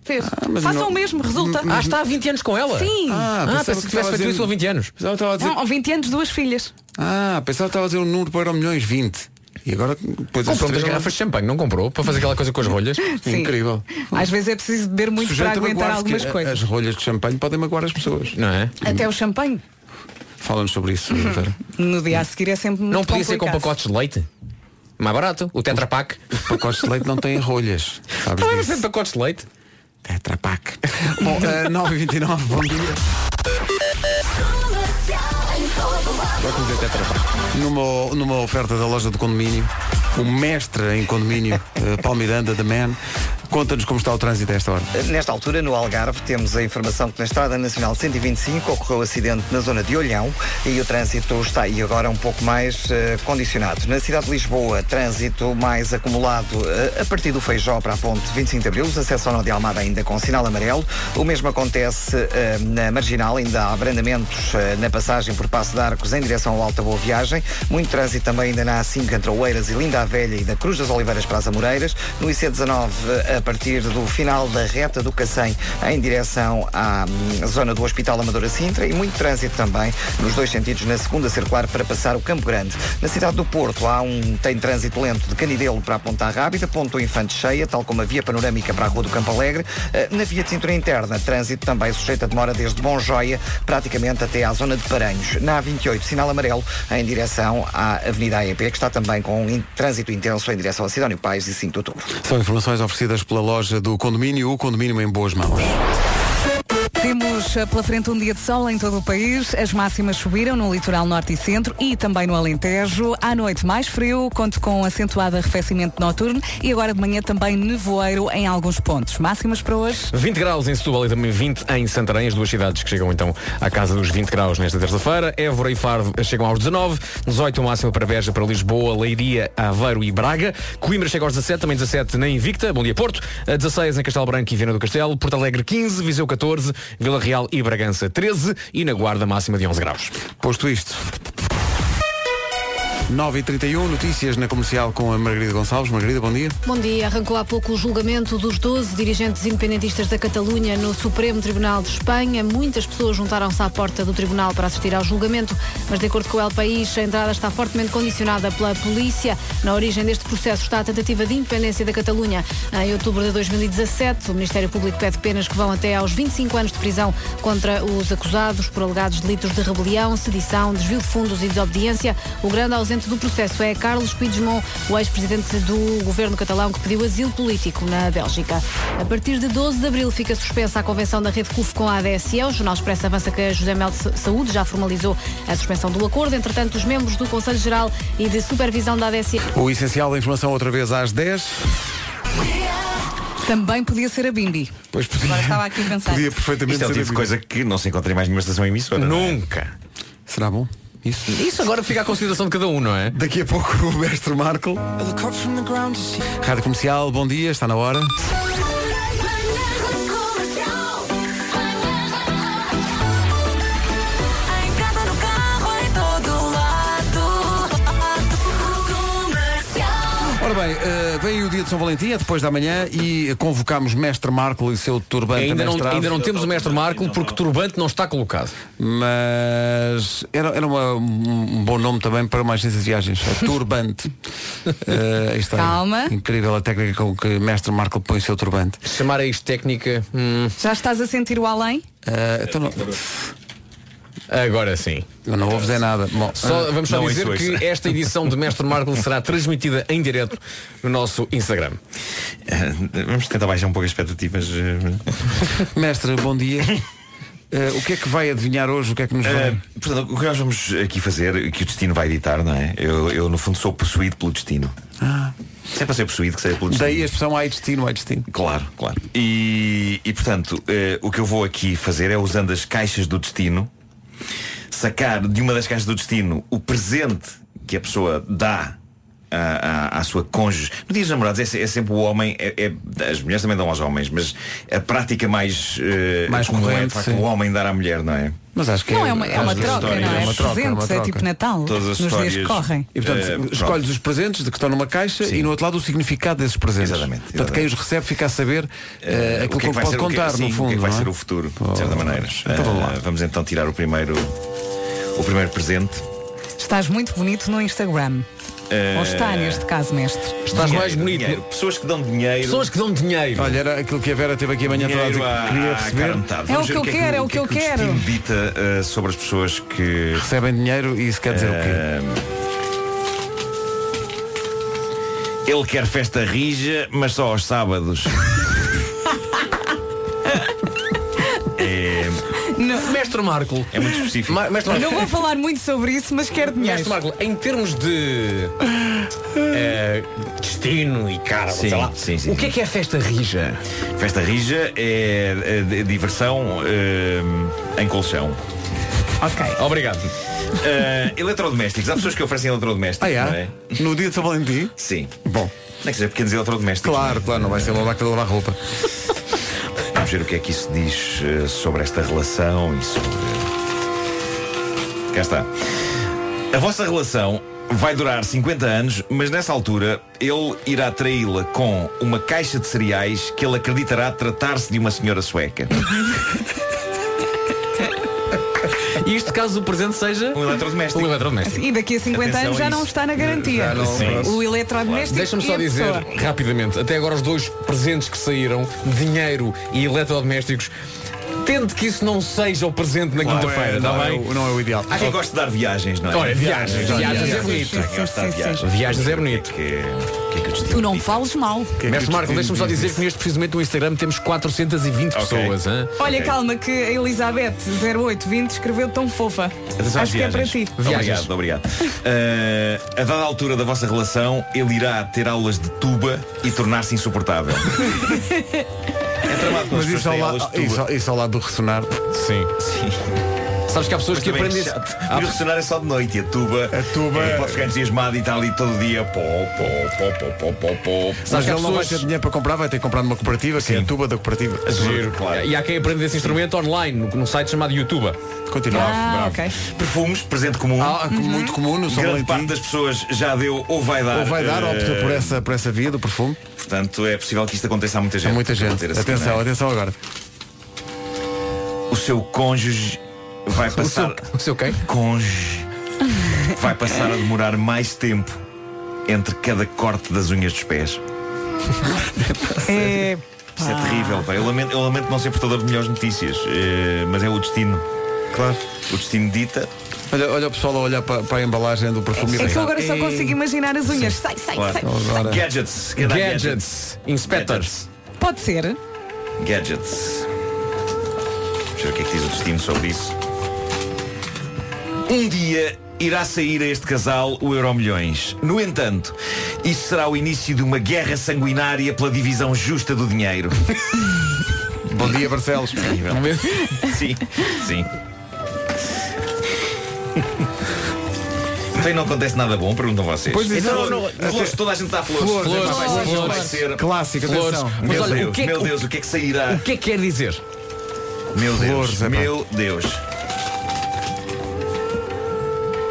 Fez.
Ah, mas
Façam
não-
o mesmo, resulta.
Ah, está há 20 anos com
Uhum.
ela?
Sim.
Ah,
Ah,
pensava
pensei
que
que tivesse
estava a
feito
dizer-
isso há 20 anos.
Pensava que estava a dizer-
Não, 20 anos, duas filhas.
Ah, pensava que estava a dizer um número para o milhões 20. E agora depois
Comprou
as
muitas garrafas de champanhe, não comprou? Para fazer aquela coisa com as rolhas?
Sim.
Incrível.
Às vezes é preciso beber muito
Sujeito
para
a
aguentar
magoar-se, que
algumas
a-
coisas.
As rolhas de champanhe podem magoar as pessoas.
Não é?
Até o champanhe.
Fala-nos sobre isso, Vera.
No dia a seguir é sempre muito
Não podia ser com
complicado.
pacotes de leite? Mais barato? O Tetra Pak?
Pacotes de leite não têm rolhas. Sabes
Também
disso?
tem pacotes de leite?
Tetra Pak. Bom, eh, 9h29, bom dia. Numa, numa oferta da loja do condomínio, o mestre em condomínio, eh, Paulo Miranda, The Man, conta-nos como está o trânsito a esta hora.
Nesta altura, no Algarve, temos a informação que na Estrada Nacional 125 ocorreu acidente na zona de Olhão e o trânsito está aí agora um pouco mais eh, condicionado. Na cidade de Lisboa, trânsito mais acumulado eh, a partir do Feijó para a ponte 25 de Abril, os acesso ao Nó de Almada ainda com sinal amarelo. O mesmo acontece eh, na Marginal, ainda há abrandamentos eh, na passagem por Passo de Arcos em direção ao Alta Boa Viagem. Muito trânsito também ainda na A5 entre Oeiras e Linda a Velha e da Cruz das Oliveiras para as Amoreiras. No IC19, eh,
a partir do final da reta do Cacém em direção à hum, zona do Hospital Amadora Sintra e muito trânsito também nos dois sentidos na segunda circular para passar o Campo Grande. Na cidade do Porto há um tem trânsito lento de Canidelo para a Ponta Rábida, Ponto Infante cheia, tal como a via panorâmica para a Rua do Campo Alegre. Eh, Na via de cintura interna, trânsito também sujeito a demora desde Bom Joia praticamente até à zona de Paranhos. Na A28, sinal amarelo em direção à Avenida AEP, que está também com um in- trânsito intenso em direção a Sidónio Pais e 5 de Outubro.
São informações oferecidas pela loja do condomínio, o condomínio em boas mãos.
Temos eh, pela frente um dia de sol em todo o país. As máximas subiram no litoral norte e centro e também no Alentejo. À noite mais frio, conto com acentuado arrefecimento noturno e agora de manhã também nevoeiro em alguns pontos. Máximas para hoje.
20 graus em Setúbal e também 20 em Santarém, as duas cidades que chegam então à casa dos 20 graus nesta terça-feira. Évora e Faro chegam aos 19, 18 o máximo para Beja, para Lisboa, Leiria, Aveiro e Braga. Coimbra chega aos 17, também 17 na Invicta, Bom Dia Porto, A 16 em Castelo Branco e Viana do Castelo, Porto Alegre 15, Viseu 14, Vila Real e Bragança 13 e na Guarda máxima de 11 graus.
Posto isto. 9h31, notícias na comercial com a Margarida Gonçalves. Margarida, bom dia.
Bom dia. Arrancou há pouco o julgamento dos 12 dirigentes independentistas da Catalunha no Supremo Tribunal de Espanha. Muitas pessoas juntaram-se à porta do tribunal para assistir ao julgamento, mas de acordo com o El País, a entrada está fortemente condicionada pela polícia. Na origem deste processo está a tentativa de independência da Catalunha. Em outubro de 2017, o Ministério Público pede penas que vão até aos 25 anos de prisão contra os acusados por alegados delitos de rebelião, sedição, desvio de fundos e desobediência. O grande ausente do processo é Carlos Puigdemont, o ex-presidente do governo catalão que pediu asilo político na Bélgica. A partir de 12 de abril fica suspensa a convenção da Rede CUF com a ADSE. O Jornal Expresso avança que a José Mel de Saúde já formalizou a suspensão do acordo. Entretanto, os membros do Conselho Geral e de Supervisão da ADSE
O essencial da informação outra vez às 10.
Também podia ser a Bimbi.
Pois podia.
Agora estava aqui a pensar.
Podia perfeitamente
Isto é o
ser
tipo de
a
coisa que não se encontra em mais nenhuma estação emissora. é?
Nunca.
Será bom? Isso.
Isso agora fica à consideração de cada um, não é?
Daqui a pouco o mestre Marco. Rádio Comercial, bom dia, está na hora. Ora bem, eh, vem o dia de São Valentim, é depois da manhã, e convocámos mestre Marco e seu turbante
Ainda não,
amestrado.
ainda não temos o mestre Marco porque turbante não está colocado.
Mas era, era uma- um bom nome também para uma agência de viagens. A Turbante. Eh, aí está.
Calma.
Incrível a técnica com que o mestre Marco põe o seu turbante.
Chamar a hum, isto técnica.
Já estás a sentir o além?
Eh, então não,
Agora sim.
não ouves é nada. Bom,
Só-
eh,
vamos só
não,
dizer
isso,
que
isso.
esta edição de Mestre Marco será transmitida em direto no nosso Instagram.
Eh, Vamos tentar baixar um pouco as expectativas. eh,
Mestre, bom dia. Eh, o que é que vai adivinhar hoje? O que é que nos vai?
Eh, portanto, o que nós vamos aqui fazer, que o destino vai editar, não é? Eu, eu, no fundo sou possuído pelo destino.
Ah.
Se é para ser possuído, que seja pelo destino.
Daí a expressão há destino, há destino.
Claro, claro. E, e, portanto, eh, o que eu vou aqui fazer é usando as caixas do destino, sacar de uma das caixas do destino o presente que a pessoa dá. à- à- à sua cônjuge. No dia dos namorados é, se- é sempre o homem, é- é- as mulheres também dão aos homens, mas a prática mais, eh,
Mais
comum é
corrente,
de facto,
sim.
o homem dar à mulher, não é?
Mas acho que
Não, é uma- é
uma
às vezes
troca,
histórias.
não é?
uma troca,
Presentes,
uma
é
troca.
tipo Natal,
Todas as
nos dias que
histórias,
correm.
E portanto,
Eh, pronto.
escolhes os presentes de que estão numa caixa e no outro lado o significado desses presentes. Exatamente. Portanto, quem os recebe fica a saber eh,
Eh,
aquilo
o que
que,
é que vai
pode
ser o que-
contar,
sim,
no fundo.
O que é que vai
não é?
ser o futuro, de certa maneira.
Então vamos lá.
Eh, vamos então tirar o primeiro, o primeiro presente.
Estás muito bonito no Instagram. Ou está neste caso, mestre.
Dinheiro, dinheiro. Pessoas que dão dinheiro.
Pessoas que dão dinheiro.
Olha, era aquilo que a Vera teve aqui amanhã toda a
Dinheiro
dizer
à-
que queria
à
receber.
cara metade.
É o
Vamos
que
ver
eu
é
quero, é
o
o que eu
que é que
quero.
o destino dita eh, sobre as pessoas que
Recebem dinheiro e isso quer dizer o
Eh,
quê?
Ele quer festa rija, mas só aos sábados. é,
Mestre Marco.
é muito específico.
Ma- Mestre Marco.
Não vou falar muito sobre isso, mas quero dinheiro.
Mestre Marco, em termos de eh, destino e cara,
Sim,
sei lá,
sim, sim,
o que é que é festa rija?
Festa rija é, eh, de- diversão eh, em colchão.
Ok.
Obrigado.
Eh, eletrodomésticos. Há pessoas que oferecem eletrodomésticos,
Ah,
não
é?
é?
No dia de São Valentim?
Sim.
Bom.
Nem que seja pequenos eletrodomésticos.
Claro, claro, não vai ser lavar que lavar roupa.
Vamos ver o que é que isso diz eh, sobre esta relação e sobre. Cá está. A vossa relação vai durar 50 anos, mas nessa altura ele irá traí-la com uma caixa de cereais que ele acreditará tratar-se de uma senhora sueca.
E isto caso o presente seja
um eletrodoméstico.
Um eletrodoméstico.
E daqui a 50
Atenção
anos
a
já não
isso.
está na garantia.
Já não- Sim.
O eletrodoméstico.
Deixa-me
e
só
a
dizer
pessoa.
rapidamente, até agora os dois presentes que saíram, dinheiro e eletrodomésticos, tente que isso não seja o presente na
Claro,
quinta-feira,
não
está
é
bem?
o- não
é o ideal.
Há quem gosta de dar viagens, não é?
Olha, viagens, viagens é bonito.
Há quem gosta de dar viagens.
Viagens é bonito.
é-
Tu não fales mal.
Mestre Marco, deixa-me só dizer que neste precisamente no Instagram temos 420 pessoas. hã?
Olha, calma, que a Elizabeth 0820 escreveu tão fofa.
Atenção às
Acho que é para
viagens.
ti.
Obrigado, obrigado. Uh, a dada altura da vossa relação, ele irá ter aulas de tuba e tornar-se insuportável. é tramado quando
Mas
as pessoas
isso ao,
têm
lado,
aulas de
isso,
tuba.
ao- isso ao lado do ressonar.
Sim.
Sim.
Sabes que há pessoas
Mas
que
também é
aprendem.
chato.
há-
E o ressonar é só de noite. E a tuba. A tuba. pode ficar entusiasmado e está ali todo dia. Pó, pó, pó, pó, pó, pó.
Mas ele não vai ter dinheiro para comprar, vai ter que comprar numa cooperativa, que é a tuba da cooperativa.
Giro, claro. E há quem aprende esse instrumento online, num site chamado YouTube.
Continua.
Ah, ok.
Perfumes, presente comum.
Muito comum no Ah, São
Uhum. Grande
Valentim.
parte das pessoas já deu ou vai dar.
Ou vai dar,
eh,
opta por essa, por essa via do perfume.
Portanto, é possível que isto aconteça a muita gente.
Há muita
Vou
gente.
dizer assim,
atenção,
não é?
atenção agora.
O seu cônjuge vai passar.
O seu quem?
Cônjuge. Vai passar a demorar mais tempo entre cada corte das unhas dos pés.
É,
Isso é terrível, pá. Eu lamento, eu lamento não ser portador de melhores notícias, eh, mas é o destino.
Claro.
O destino dita.
Olha, olha o pessoal a olhar para, para a embalagem do perfume. e
é que eu
pensar,
agora só
"Ei,
consigo imaginar as unhas. Sai, sai,
Claro.
sai.
Agora.
Gadgets. quer dar
Gadgets. Inspectors.
Pode ser.
Gadgets. Deixa eu ver o que é que diz o destino sobre isso. Um dia irá sair a este casal o Euro Milhões. No entanto, isso será o início de uma guerra sanguinária pela divisão justa do dinheiro.
Bom dia, Barcelos.
Terrível. sim, sim. Então aí não acontece nada bom, perguntam vocês.
Pois é,
Então,
não, não,
flores, toda a gente está a flores.
Flores, é
Mas
flores,
vai ser,
flores.
vai ser.
Clássico,
Flores.
atenção.
Meu,
Mas olha,
Deus,
o que é que-
meu Deus, o que é que sairá?
O que é que quer dizer?
Meu Deus,
Flores, é pá.
meu Deus.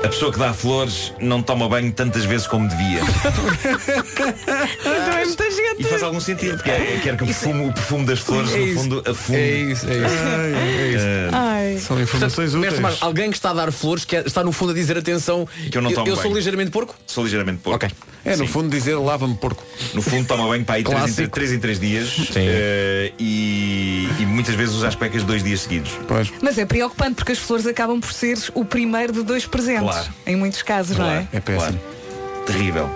A pessoa que dá flores não toma banho tantas vezes como devia.
Então é muita gente.
E faz algum sentido, porque é- quer que o perfume, o perfume das flores,
É
no
isso.
fundo, afunde.
É isso, é isso.
Ai, é isso.
Ai.
São informações
Portanto,
úteis.
mestre Marco, alguém que está a dar flores que é- está no fundo a dizer atenção
Que eu não tomo
sou
banho.
ligeiramente porco?
Sou ligeiramente porco.
Ok.
É, no
Sim.
fundo, dizer lava-me porco.
No fundo toma banho para aí 3 em
Clássico.
3, dias eh, e, e muitas vezes usa as cuecas dois dias seguidos.
Pois.
Mas é preocupante porque as flores acabam por ser o primeiro de dois presentes.
Claro.
Em muitos casos, não
É péssimo.
Claro. Terrível.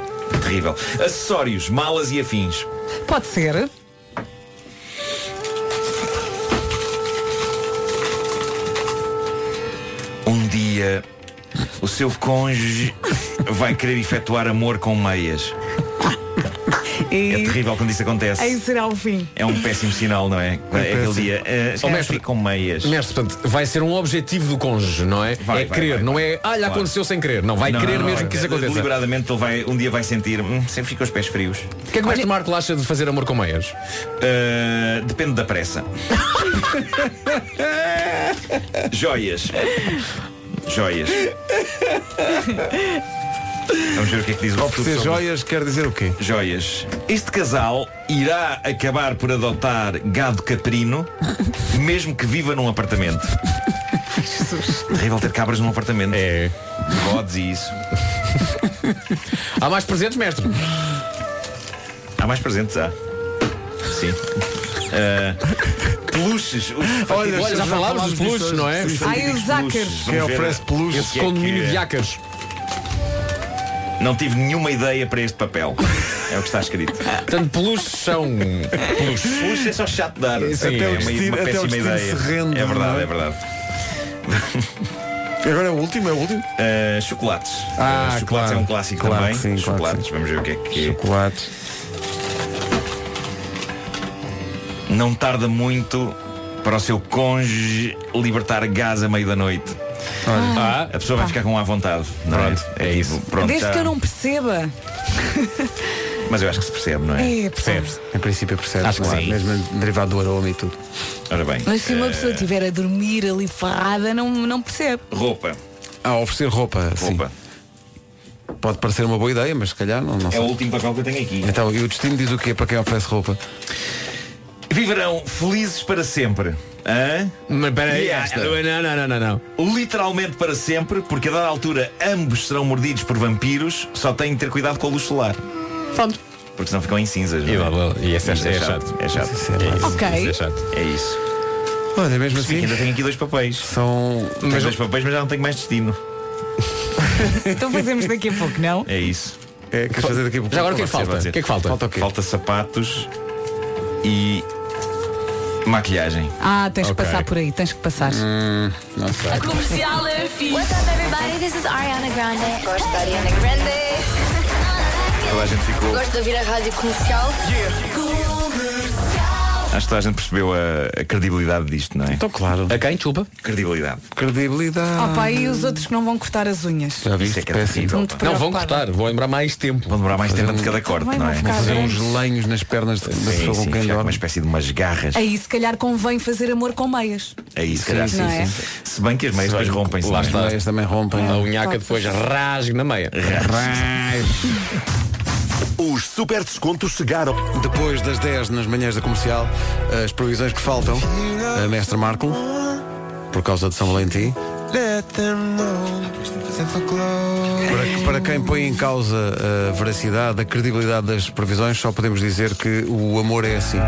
Terrível. Acessórios, malas e
é?
afins.
Pode ser.
Um dia o seu cônjuge vai querer efetuar amor com meias. É
E
terrível quando isso acontece.
aí será o fim.
É um péssimo sinal, não é? É aquele dia. eh, se
Ó,
calhar
mestre.
fico com meias.
Mestre, portanto, vai ser um objetivo do cônjuge, não é?
Vai,
é
vai,
querer,
vai,
não
vai.
é, ah, já
Claro.
aconteceu sem querer. Não, vai
Não,
querer
não,
mesmo
não. é
que isso aconteça. O
Deliberadamente ele vai, um dia vai sentir, "Hum, sempre fico com os pés frios.
que é que o mestre Marco acha de fazer amor com meias?
Uh, depende da pressa. Joias. Joias. Vamos ver o que é que diz o futuro
Oferecer
sobre
joias quer dizer o quê?
joias. Este casal irá acabar por adotar gado caprino, mesmo que viva num apartamento. Terrível ter cabras num apartamento.
É.
Godes e isso.
Há mais presentes, mestre?
Há mais presentes, há. Sim. Ah, peluches. Os
Olha,
Olha, já falámos dos peluches, não é?
Ai, os ácaros.
Quem oferece
é
peluche.
Esse condomínio de ácaros.
Não tive nenhuma ideia para este papel. É o que está escrito.
Portanto, peluches são peluches.
Peluche é só chato de dar.
Sim,
é
até
uma,
o
destino-
uma
até o
péssima
destino
ideia.
se rende,
é
não
verdade,
é?
é verdade.
Agora é o último, é o último.
Ah, chocolates.
Ah,
Ah, chocolates
claro.
é um clássico
Claro
também.
que sim, claro
chocolates,
que
vamos ver o que é que é.
Chocolates.
Não tarda muito para o seu cônjuge libertar gás a meio da noite.
Ah,
A pessoa vai ficar com à vontade. não é?
Pronto,
é, isso. Pronto,
Desde
já-
que eu não perceba.
Mas eu acho que se percebe, não é?
É, percebe
Em princípio percebes,
Acho que
claro,
sim.
é? mesmo derivado do aroma e tudo.
Ora bem.
Mas se uma pessoa estiver a dormir ali ferrada, não, não percebe.
Roupa.
Ah, oferecer roupa, sim.
Roupa.
Pode parecer uma boa ideia, mas se calhar não, não
É o
sei.
último papel que eu tenho aqui.
Então, e o destino diz o quê para quem oferece roupa?
Viverão felizes para sempre. Hã?
Mas peraí,
E há-
É esta- não, não, não, não, não.
Literalmente para sempre, porque a dada altura ambos serão mordidos por vampiros, só têm de ter cuidado com a luz solar.
Pronto.
Porque senão ficam em cinzas. não é?
E essa-
Isso
é chato.
É chato. É isso.
Ok.
Isso é chato. É isso.
Olha, mesmo
Percebi que
assim.
ainda tenho aqui dois papéis.
São.
Tenho dois papéis, mas já não tenho mais destino.
Então fazemos daqui a pouco, não?
É isso.
É, queres fazer daqui a pouco?
Já agora o que é que
Pode ser,
falta?
pode ser.
O que é que falta?
Falta, sapatos e maquilhagem.
Ah, tens
Ok.
que passar por aí, tens que passar.
não
sei.
Comercial é fixe.
What's up, everybody? This is Ariana Grande. Gosto da Ariana Grande.
Toda a gente ficou.
Gosto de ouvir a rádio comercial.
Acho que toda a gente percebeu a, a credibilidade disto, não é?
Então, claro.
A quem? Desculpa?
Credibilidade.
Credibilidade.
Opa, e os outros que não vão cortar as unhas.
Já
Isso
viste?
é que é
Péssimo.
terrível,
Muito
pá.
Não, vão
Preocupado.
cortar, vão demorar mais tempo.
Vão demorar mais tempo de cada corte,
Também
não é?
vou
Vou
ficar
fazer
bem.
uns lenhos nas pernas de da
Sim,
pessoa
sim,
com quem
ficar com uma
dorme.
espécie de umas garras.
Aí se calhar convém fazer amor com meias.
É isso, calhar
sim,
sim,
não é?
sim. Se bem que as meias
Se bem
depois
que
rompem-se.
lá
não é?
está.
As também rompem. é?
A unhaca depois rasgue na meia.
Os super descontos chegaram.
Depois das 10 nas manhãs da comercial, eh, as previsões que faltam, a mestre Marco, por causa de São Valentim. Para, para quem põe em causa a veracidade, a credibilidade das previsões, só podemos dizer que o amor é assim.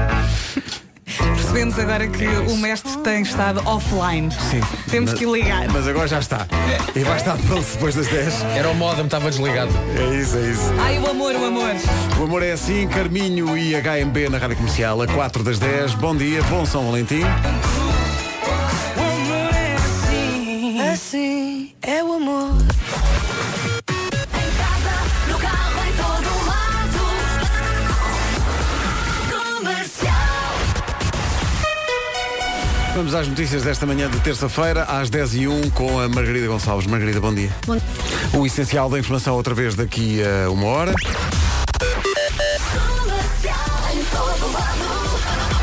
Percebemos agora que o mestre tem estado offline. Sim. Temos
Mas-
que ligar.
Mas agora já está. E vai estar pronto depois das 10.
Era o modem, estava desligado.
É isso, é isso.
Ai, o amor, o amor.
O amor é assim, Carminho e HMB na Rádio Comercial, a 4 das 10. Bom dia, bom São Valentim.
Assim é o amor.
No carro, em todo lado. Comercial.
Vamos às notícias desta manhã de terça-feira, às 10h01, com a Margarida Gonçalves. Margarida, bom dia.
Bom-
O essencial da informação outra vez daqui a uma hora.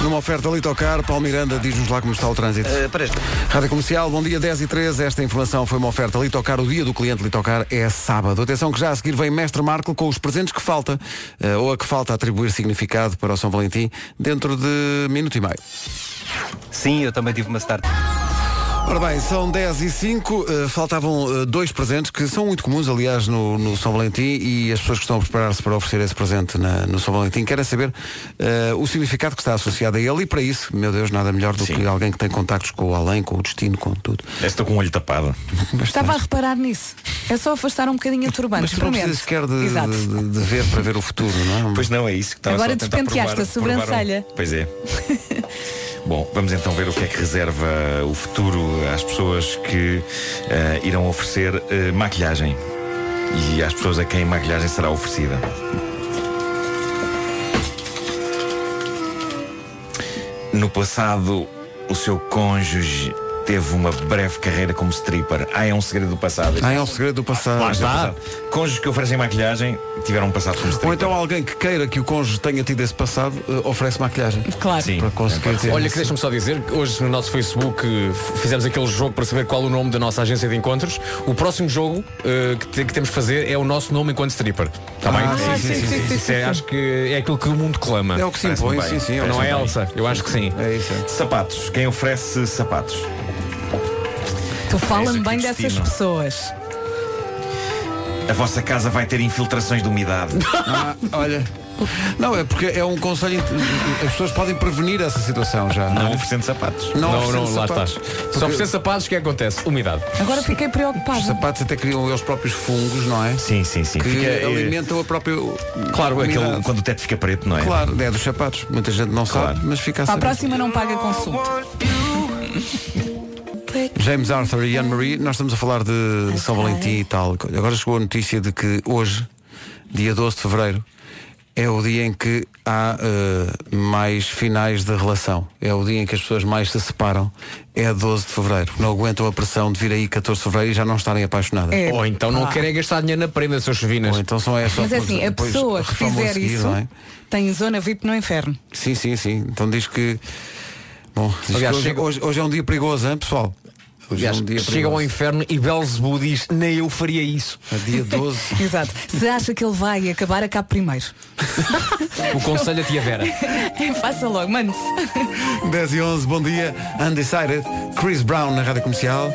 Numa oferta Litocar, Paulo Miranda, diz-nos lá como está o trânsito.
Eh, para este.
Rádio Comercial, bom dia 10 e 13. Esta informação foi uma oferta Litocar. O dia do cliente Litocar é sábado. Atenção que já a seguir vem Mestre Marco com os presentes que falta, eh, ou a que falta atribuir significado para o São Valentim, dentro de minuto e meio.
Sim, eu também tive uma start.
Ora bem, são 10 e 5, faltavam eh, dois presentes que são muito comuns, aliás, no, no São Valentim e as pessoas que estão a preparar-se para oferecer esse presente na- no São Valentim querem saber eh, o significado que está associado a ele e para isso, meu Deus, nada melhor do que alguém que tem contactos com o além, com o destino, com tudo.
Estou com o olho tapado.
Estava a reparar nisso. É só afastar um bocadinho a turbante.
Mas tu não
Experimente.
precisas sequer de,
Exato.
de- de- de ver para ver o futuro, não é?
Pois não, é isso que estava
Agora
só a tentar
despenteaste
provar-
a sobrancelha.
provar um- Pois é. Bom, vamos então ver o que é que reserva o futuro às pessoas que eh, irão oferecer eh, maquilhagem e às pessoas a quem maquilhagem será oferecida. No passado, o seu cônjuge teve uma breve carreira como stripper. Ah, é um segredo do passado.
Ah, é um segredo do passado.
Lá está. Cônjuges que oferecem maquilhagem tiveram um passado como
Ou
stripper.
então alguém que queira que o cônjuge tenha tido esse passado eh, oferece maquilhagem.
Claro.
Sim.
Para conseguir ter
Olha, que
esse-
deixa-me só dizer, que hoje no nosso Facebook eh, f- fizemos aquele jogo para saber qual o nome da nossa agência de encontros. O próximo jogo eh, que, te- que temos que fazer é o nosso nome enquanto stripper. Está bem?
Ah, sim, Ah, sim, sim, sim, sim, sim,
Isso é-
sim.
Acho que é aquilo que o mundo clama.
É o que se
Parece-me
impõe, sim,
bem.
sim. o que
Não
se
é
impõe.
Elsa? Eu acho que sim.
É isso. é.
Sapatos. Quem oferece sapatos?
Tu fala-me
Eis aqui
bem
o
dessas
destino.
pessoas.
A vossa casa vai ter infiltrações de umidade.
Ah, olha. Não, é porque é um conselho. As pessoas podem prevenir essa situação já. é?
Não oferecendo sapatos.
Não,
Não,
oferecendo
não, lá
sapatos.
estás. Só
Porque
oferecer sapatos, o que é que acontece? Umidade.
Agora fiquei
Os
preocupada.
sapatos até criam eles próprios fungos, não é?
Sim, sim, sim.
Que
Fica, eh,
alimentam a própria.
Claro,
umidade.
aquele- quando o teto fica preto, não é?
Claro, é dos sapatos. Muita gente não sabe,
Claro.
mas fica a
Para a
saber.
próxima não paga consulta.
James Arthur e Anne-Marie, nós estamos a falar de São Valentim e tal. Agora chegou a notícia de que hoje, dia 12 de fevereiro, é o dia em que há eh, mais finais de relação. É o dia em que as pessoas mais se separam. É 12 de fevereiro. Não aguentam a pressão de vir aí 14 de fevereiro e já não estarem apaixonadas.
É.
Ou então não
Ah.
querem gastar dinheiro na prenda, seus chuvinas.
Ou então são é só
Mas é assim, a
depois
pessoa que
reclamam a
fizer
seguir,
isso
não é?
tem zona VIP no inferno.
Sim, sim, sim. Então diz que. Bom, diz
Aliás,
que hoje,
chega-
hoje- hoje é um dia perigoso, hein, pessoal? Hoje é
Aliás,
um dia
chegam ao inferno e Belzebu diz, nem eu faria isso.
A dia 12.
Exato. Se acha que ele vai acabar, acabe primeiro.
o conselho a tia Vera.
Faça logo, mande-se.
10 e 11, bom dia. Undecided. Chris Brown na rádio comercial.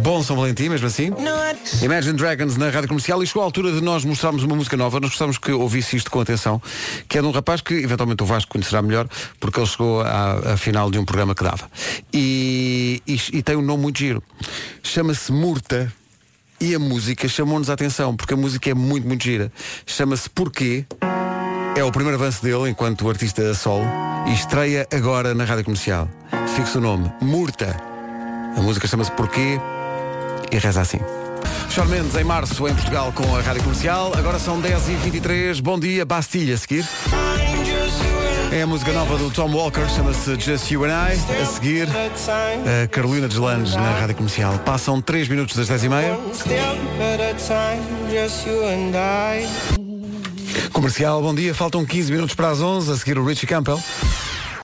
Bom São Valentim, mesmo assim. Imagine Dragons na rádio comercial. E chegou a altura de nós mostrarmos uma música nova. Nós gostávamos que ouvisse isto com atenção. Que é de um rapaz que eventualmente o Vasco conhecerá melhor, porque ele chegou à, à final de um programa que dava. E, e- e tem um nome muito giro. Chama-se Murta. E a música chamou-nos a atenção, porque a música é muito, muito gira. Chama-se Porquê. É o primeiro avanço dele enquanto artista a solo e estreia agora na rádio comercial. Fixa o nome, Murta. A música chama-se Porquê e reza assim. Shawn Mendes em março em Portugal com a rádio comercial. Agora são 10h23. Bom dia, Bastilha a seguir. É a música nova do Tom Walker, chama-se Just You and I. A seguir, a Carolina Deslandes na rádio comercial. Passam 3 minutos das 10h30. Comercial, bom dia. Faltam 15 minutos para as 11. A seguir, o Richie Campbell.